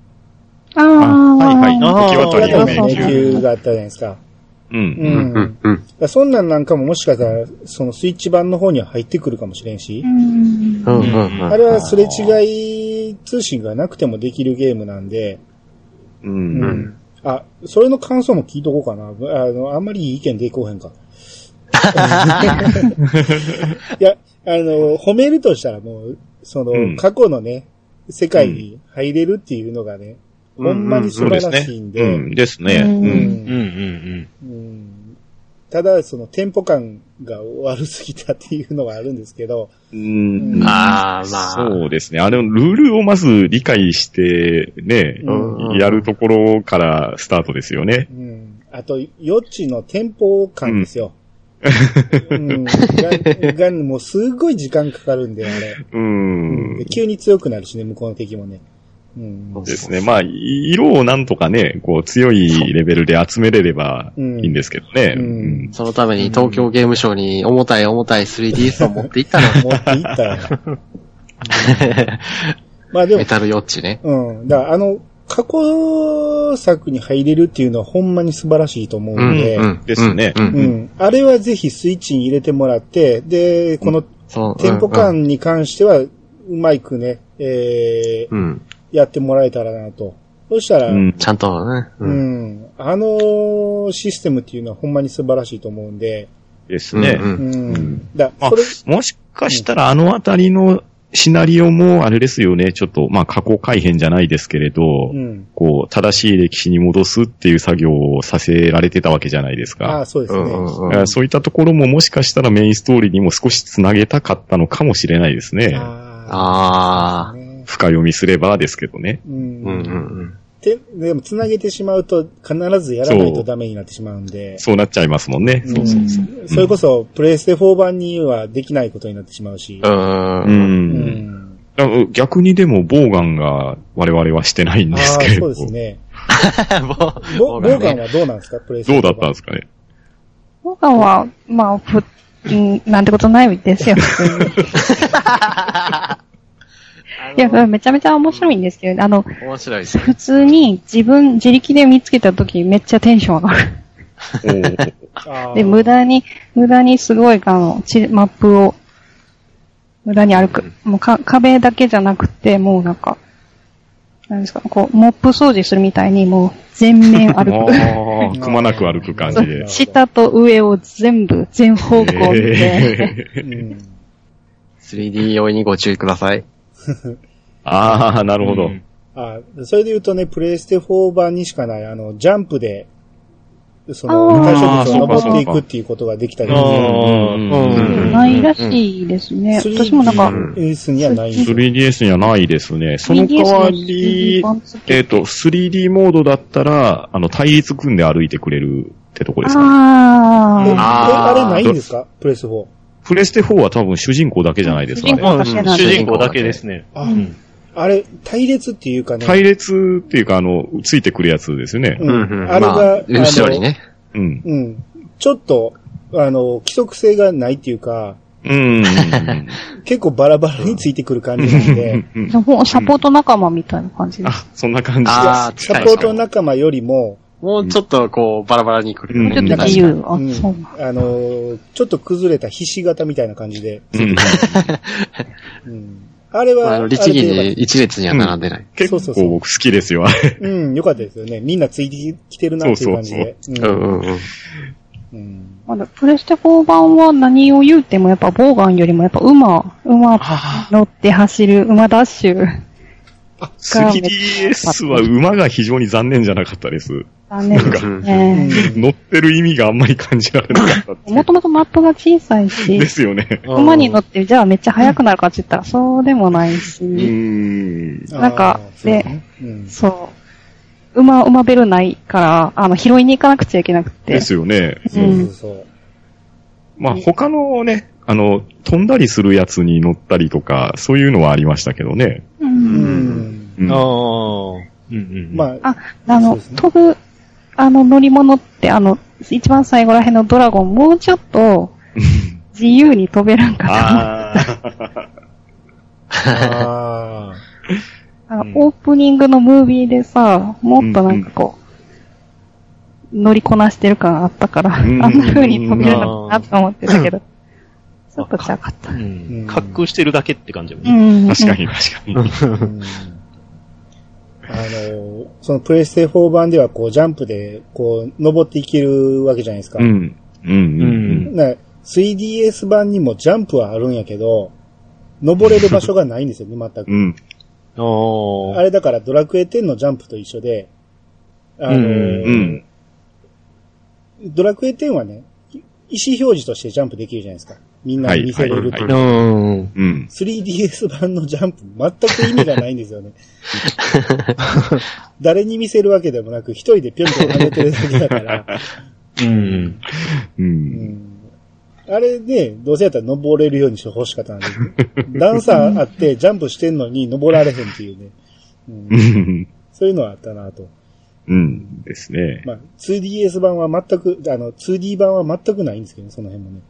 あー。はいはいあー時渡りの迷の迷宮。宮があったじゃないですか。うう。んん。うだかん、うん、らそんなんなんかももしかしたら、そのスイッチ版の方には入ってくるかもしれんしう、んうん、うん。あれはすれ違い通信がなくてもできるゲームなんで、うん。ううんん。あ、それの感想も聞いとこうかな。あの、あんまりいい意見でこうへん (laughs) か。いや、あの、褒めるとしたらもう、その、うん過去のね、世界に入れるっていうのがね、ほんまに素そう晴ですらねしいん。で、うん。ですね。ううん。うんうんんうんただ、その、テンポ感が悪すぎたっていうのはあるんですけど、うん。ああ、まあ。そうですね。あの、ルールをまず理解して、ね、うんやるところからスタートですよねう。ん、あと、ヨッチのテンポ感ですよ。うん、が、が、もうすごい時間かかるんで、あれ。うん。で急に強くなるしね、向こうの敵もね。うん。ですね。まあ、い色をなんとかね、こう、強いレベルで集めれればいいんですけどね。ううんん。そのために東京ゲームショウに重たい重たい 3DS を持っていったの。持っていったら。まあでもメ、タルヨッチね。うん。だからあの、過去作に入れるっていうのはほんまに素晴らしいと思ううんん、で、ううん。ん。ですねうんうん。あれはぜひスイッチに入れてもらって、で、このそう。テンポ感に関しては、うまいくね、えーうん。うん。やってもらえたらなと。そしたら、うんちゃんとね。う。ん。あのシステムっていうのはほんまに素晴らしいと思うんで、ですうんね。う。うんん。だまあそれ、もしかしたらあのあたりのシナリオもあれですよね、ちょっと、まあ過去改変じゃないですけれど、うん。こう、正しい歴史に戻すっていう作業をさせられてたわけじゃないですあか。あ、そうですうね。んうんだうかんらそういったところももしかしたらメインストーリーにも少しつなげたかったのかもしれないですね。ああ。ね深読みすればですけどね。ううんうんん。うん。て、でも、つなげてしまうと、必ずやらないとダメになってしまうんで。そうなっちゃいますもんね。うんそうそうそう。それこそ、プレイステ4版にはできないことになってしまうしう。。うん。うんだから逆にでも、ボーガンが我々はしてないんああですけれそど。うですね。もボボうーガンはどうなんですかプレイスどテう4だ版。ったんですかね。僕は、まあ、ふ、うん、なんてことないですよ、普通に。いや、それめちゃめちゃ面白いんですけど、あの、面白いですね。普通に自分、自力で見つけた時めっちゃテンション上がる。あーで、無駄に、無駄にすごい、あの、地マップを、無駄に歩く。もうか、壁だけじゃなくて、もうなんか、なんですか、こう、モップ掃除するみたいに、もう、全面歩く。ああ、くまなく歩く感じで。下と上を全部、全方向見て、うん。 3D 用にご注意ください。ああ、なるほど。あ、それで言うとね、プレイステ4版にしかない、あの、ジャンプで、そあの、ー対象物をそうか登そうっかていくっていうことができたり、うんないらしいですね。 3D 私もなんか、 S にはないんですよ。 3DS にはないですね。その代わり、えっ、と、3D モードだったら、あの、対立組んで歩いてくれるってとこですかね。ええあああーれないんですかプレステ4。プレステ4は多分主人公だけじゃないですか主人公ね。だけなんだ主人公だけですね。あ、あれ、隊列っていうかね、隊列っていうか、あの、ついてくるやつですよね。うんまあれあ、が、あの後ろにね。うん。うん。ちょっと、あの、規則性がないっていうか、うん。結構バラバラについてくる感じなんで、あ、ほんサポート仲間みたいな感じです。あ、そんな感じ。ああ、サ近いポート仲間よりも、もうちょっとこう、バラバラに来る。うんもうちょっと自由。あ、うんそうなんあの、ちょっと崩れたひし形みたいな感じで、うんうんあれまあは、あの、あれで律儀によかっ一列には並んでない。結構そうそうそう僕好きですよ。たうん、よかったですよね。みんなついてきてるなっていう感じで。ううんんうんうん。うんまだプレステ4版は何を言うてもやっぱボーガンよりもやっぱ馬、馬乗って走る、馬ダッシュ。 3DS は馬が非常に残念じゃなかったです。残念ですうね。ん乗ってる意味があんまり感じられなかったっていうもともとマップが小さいでし、すよね。馬に乗ってじゃあめっちゃ速くなるかって言ったらそうでもないし、ん。なんあかーそうねうんそう。馬、馬ベルないから、あの、拾いに行かなくちゃいけなくてで。すよね。うん。そうそうまあ他のね、あの、飛んだりするやつに乗ったりとか、そういうのはありましたけどね。うそう。うんん。うんあまあ、まあ、あ、あそうの、ですね飛ぶ、あの、乗り物って、あの、一番最後らへんのドラゴン、もうちょっと、自由に飛べるんかな。あーあのオープニングのムービーでさ、もっとなんかこう、乗りこなしてる感あったから、あうんんな風に飛べるのかなと思ってたけど、ちょっとちゃうかっ (laughs) た。うん滑空してるだけって感じだもんねうん。 (laughs) 確かに確かに。うんあの、そのプレステ4版ではこうジャンプでこう登っていけるわけじゃないですか。うん。うん。うん。な 3DS 版にもジャンプはあるんやけど、登れる場所がないんですよね、全く。うん。あれだからドラクエ10のジャンプと一緒で、あの、うん。ドラクエ10はね、い意思表示としてジャンプできるじゃないですか。みんなに見せれるという。はいはいあ。うん。うん。 3DS 版のジャンプ、全く意味がないんですよね。誰に見せるわけでもなく、一人でぴょんぴょん跳ねてるだけだから。うん。う。うんんあれね、どうせやったら登れるようにして欲しかったんで。段差あって、ジャンプしてんのに登られへんっていうね。うんうん。そういうのはあったなと。うん。ですね。まあ、2DS 版は全く、あの、2D 版は全くないんですけどね、その辺もね。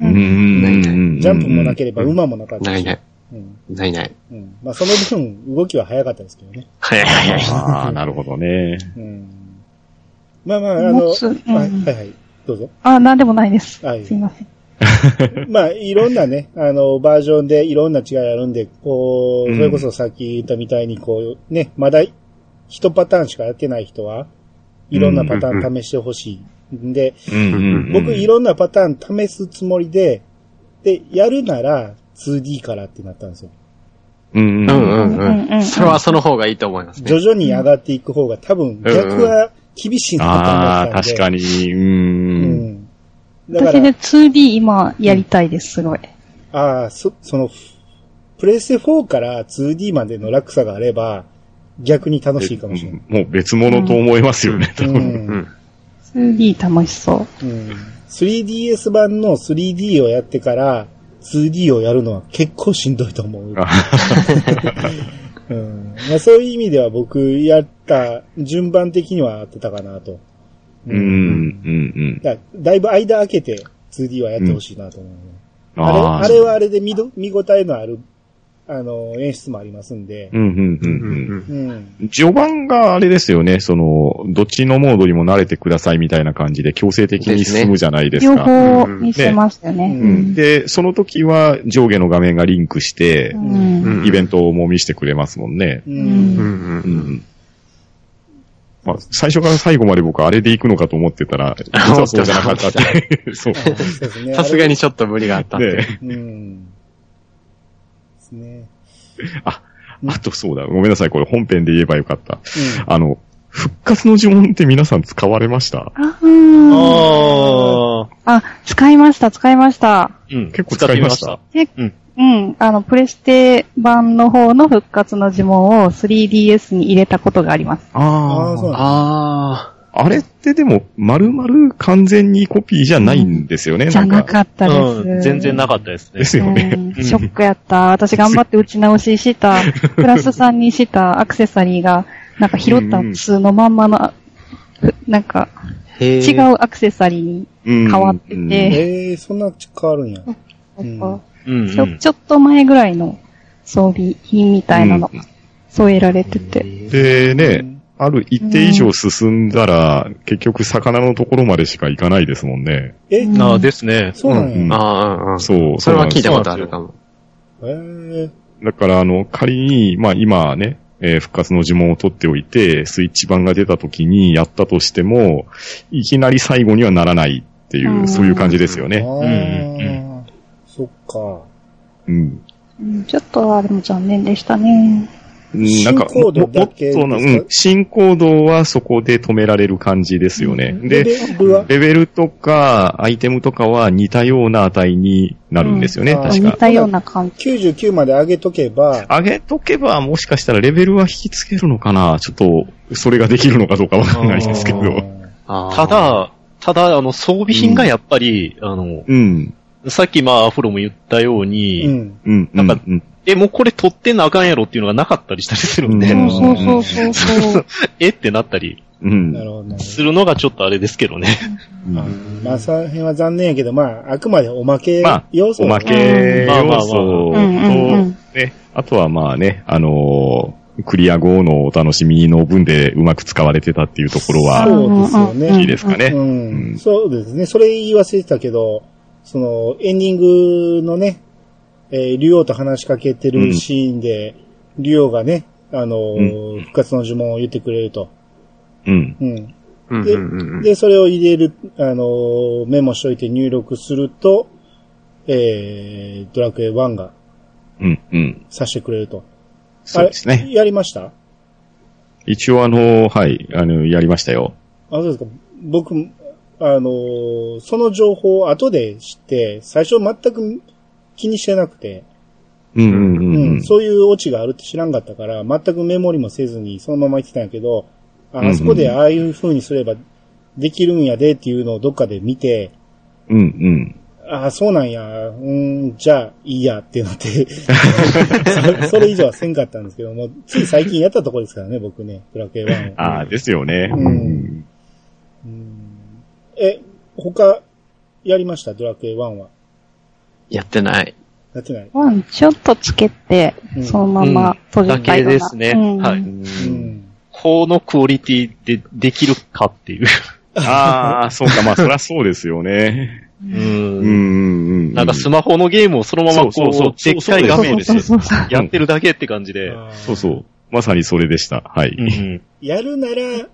うん。うん。ジャンプもなければうん。馬もなかったしないない。うん。ないない。うん。まあ、その分、動きは早かったですけどね。はいはいはい。ああ、なるほどね。うん。まあまあ、あの、持つはういんはいはい。どうぞ。あ、なんでもないです。はいすいません。まあ、いろんなね、 (laughs) あの、バージョンでいろんな違いあるんで、こう、うんそれこそさっき言ったみたいに、こう、ね、まだ一パターンしかやってない人は、いろんなパターン試してほしい。んで、うんうん。僕いろんなパターン試すつもりで、で、やるなら 2D からってなったんですよ。うん。ううんん。うんうんううんん。それはその方がいいと思いますね。徐々に上がっていく方が多分逆は厳しいなと思ああ、ったんで。確かに。う。うんん。だか私ね、ら、 2D 今やりたいです、すごい。ああ、そ、その、プレステ4から 2D までの落差があれば、逆に楽しいかもしれない。もう別物と思いますよね、多う分。ん。 2D 楽しそう。うん。3DS 版の 3D をやってから 2D をやるのは結構しんどいと思う。うんまあ、そういう意味では僕やった順番的には合ってたかなと。うん、うん、うん。だだいぶ間空けて 2D はやってほしいなと思う、あれああれはあれで見ど見応えのある、あの、演出もありますんでう。んうんうんううん。んうん。序盤があれですよね、その、どっちのモードにも慣れてくださいみたいな感じで強制的に進むじゃないです両か。方にしてますよね。ねう、うんで、その時は上下の画面がリンクしてう、ん。うんイベントも見せてくれますもんね。う。うんうんん。ううんん。まあ、最初から最後まで僕あれで行くのかと思ってたら、実はそうじゃなかったって。そう。あ (laughs) そうです (laughs) ね。さすがに。にちょっと無理があった。ねうん。ですね。 (laughs) あとそうだ、ごめんなさい、これ本編で言えばよかった。あの、復活の呪文って皆さん使われましたあうん。ーああ、使いました、使いました。うん。結構使いましたうん。あの、プレステ版の方の復活の呪文を 3DS に入れたことがあります。ああ、あそうなんだ。ああ。あれってでも、丸々完全にコピーじゃないんですよね、じゃななんか。かったです。うん。全然なかったですねで。すよね。うんショックやった。私頑張って打ち直しした、プラスさんにしたアクセサリーが、なんか拾った数のまんまの、なんかあ。へ違う。うアクセサリーに変変わってて、ええ、そんな変わるんや。うんなんかうんちょちょっと前ぐらいの装備品みたいなのうん添えられてて。でね、ある一定以上進んだら、結局魚のところまでしか行かないですもんね。え、うんあですね。そうなんや。ああ、うんうん。そう、それはうなん聞でいすたことあるかも。ええ。だから、あの、仮に、まあ今ね、えー復活の呪文を取っておいて、スイッチ版が出た時にやったとしても、いきなり最後にはならないっていう、うんそういう感じですよね。ああ、そっか。うん。うんちょっとあれも残念でしたね。うんなんか、新行動だけですかももっとのうん、新行動はそこで止められる感じですよね。レで、ベルはレベルとか、アイテムとかは似たような値になるんですよね、うん確似か。たような感じ。 99まで上げとけば、上げとけば、もしかしたらレベルは引きつけるのかなちょっと、それができるのかどうかわかんないですけどう。あーた、だ、ただ、あの、装備品がやっぱり、あの、うん。さっきまあ、アフロも言ったように、うん。うん。なんかうん、え、もうこれ取ってなあかんやろっていうのがなかったりしたりするんで、うそんうそうそうそうそう。 (laughs) えってなったりうん。なるほど、なるするのがちょっとあれですけどね。うんほど。まあ、その辺は残念やけど、まあ、あくまでおまけまあ要素おまけ要素と、うんうんうんね、あとはまあね、あのークリア後のお楽しみの分でうまく使われてたっていうところは、そうですよねいいですかね。うんうんそうですね。それ言い忘れてたけど、その、エンディングのね、えー竜王と話しかけてるシーンで、竜王がね、あのー復活の呪文を言ってくれると。うん。うん。うんうんうんうん。で、それを入れる、あのーメモしといて入力すると、えー、ドラクエ1がうん。うん。さしてくれると。そうですあれね。やりました一応あのーはい、あの、やりましたよ。あ、そうですか。僕、あのーその情報を後で知って、最初全く気にしてなくて、うんうんうんうん。そういうオチがあるって知らんかったから、全くメモリもせずにそのまま言ってたんやけど、あうんうんあそこでああいう風にすればできるんやでっていうのをどっかで見て、うんうん。ああ、そうなんや、うーん、じゃあ、いいやってなって、 (laughs) そそれ以上はせんかったんですけども、つい最近やったとこですからね、僕ね、ドラクエ1を。ああ、ですよね。うんうんうんえ、他、やりましたドラクエ1は。やってない。やってない。ワン、ちょっとつけて、うんそのまま閉だじたけような。ですね。うんはうい。うん。このクオリティでできるかっていう。ああ、そうか、まあ、そりゃそうですよね。う。うんうんんうん。なんかスマホのゲームをそのままこそうそうう、そうでっかい画面でそうそうそう。 (laughs) やってるだけって感じで。あーそうそう。まさにそれでした。はい。うん。やるなら、フ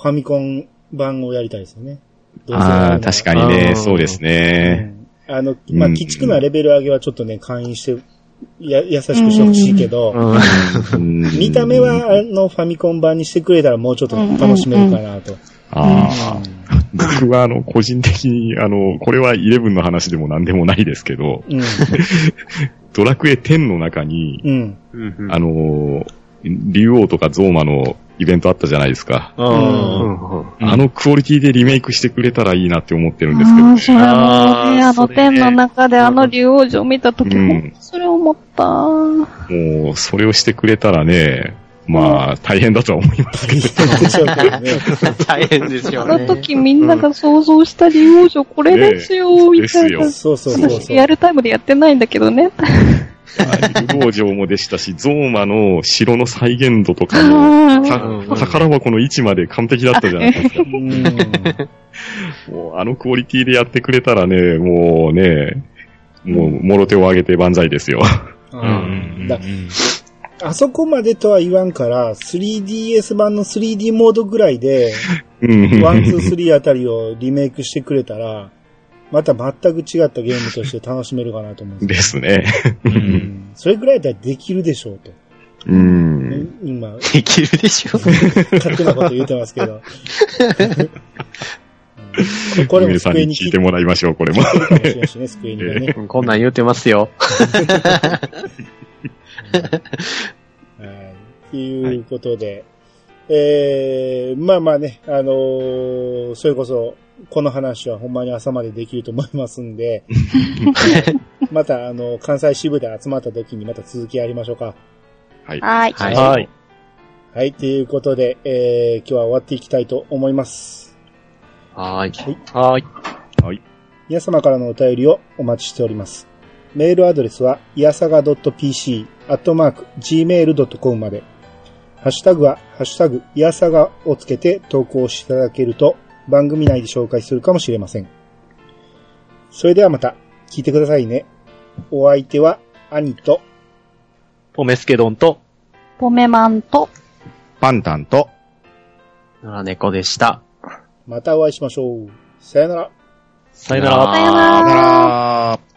ァミコン版をやりたいですよね。どうせやるなあらあ、確かにね、あーそうですね。うんあの、まあ、うん鬼畜なレベル上げはちょっとね、簡易して、や、優しくしてほしいけど、うん。見見た目、は、あの、ファミコン版にしてくれたらもうちょっと楽しめるかなと。ああ、僕はあの、個人的に、あの、これは11の話でも何でもないですけど、うん。ドラクエ10の中に、うん。うんうんあの、竜王とかゾーマのイベントあったじゃないですか。んううんんうんうんあのクオリティでリメイクしてくれたらいいなって思ってるんですけどああ、ね。それもね、あーあのそれ天ねの中であの竜王城見たとき、うんほんとそれ思った。もう、それをしてくれたらね、まあ、大変だとは思います (laughs) けど。でしょうけどね。 (laughs) 大変ですよあのね。時みんなが想像した利用上これですよ、ねえみたいなで。すそうそうそう私そう。リアルタイムでやってないんだけどね。流浪城もでしたし、ゾーマの城の再現度とかも、 (laughs) あた宝箱の位置まで完璧だったじゃないですか。うん。もうあのクオリティでやってくれたらね、もうね、もう、もろ手を挙げて万歳ですよ。うんだあそこまでとは言わんから、3DS 版の 3D モードぐらいで、うんワン、ツー、スリーあたりをリメイクしてくれたら、また全く違ったゲームとして楽しめるかなと思うんですすね。ようんそれぐらいだったらできるでしょうと。うん。今、できるでしょ。勝手なこと言ってます (laughs) けど。うんこれゆもうさん机にに聞聞いいててもらいましょう、これも。るかもしれないしね、机には (laughs) ね。こんなん言うてますよ。はい。ということで、えー、まあまあね、あのーそれこそ、この話はほんまに朝までできると思いますん (laughs) で、はいまた、あの、関西支部で集まった時にまた続きやりましょうか。はい。はい。はい。はい、ということで、えー、今日は終わっていきたいと思います。はい。はい。皆様からのお便りをお待ちしております。メールアドレスは、いやさが .pc、アットマーク、gmail.com まで。ハッシュタグは、ハッシュタグ、いやさがをつけて投稿していただけると、番組内で紹介するかもしれません。それではまた、聞いてくださいね。お相手は、兄と、ポメスケ丼と、ポメマンと、パンタンと、野良猫でした。またお会いしましょう。さよなら。さよなら。さよなら。あらー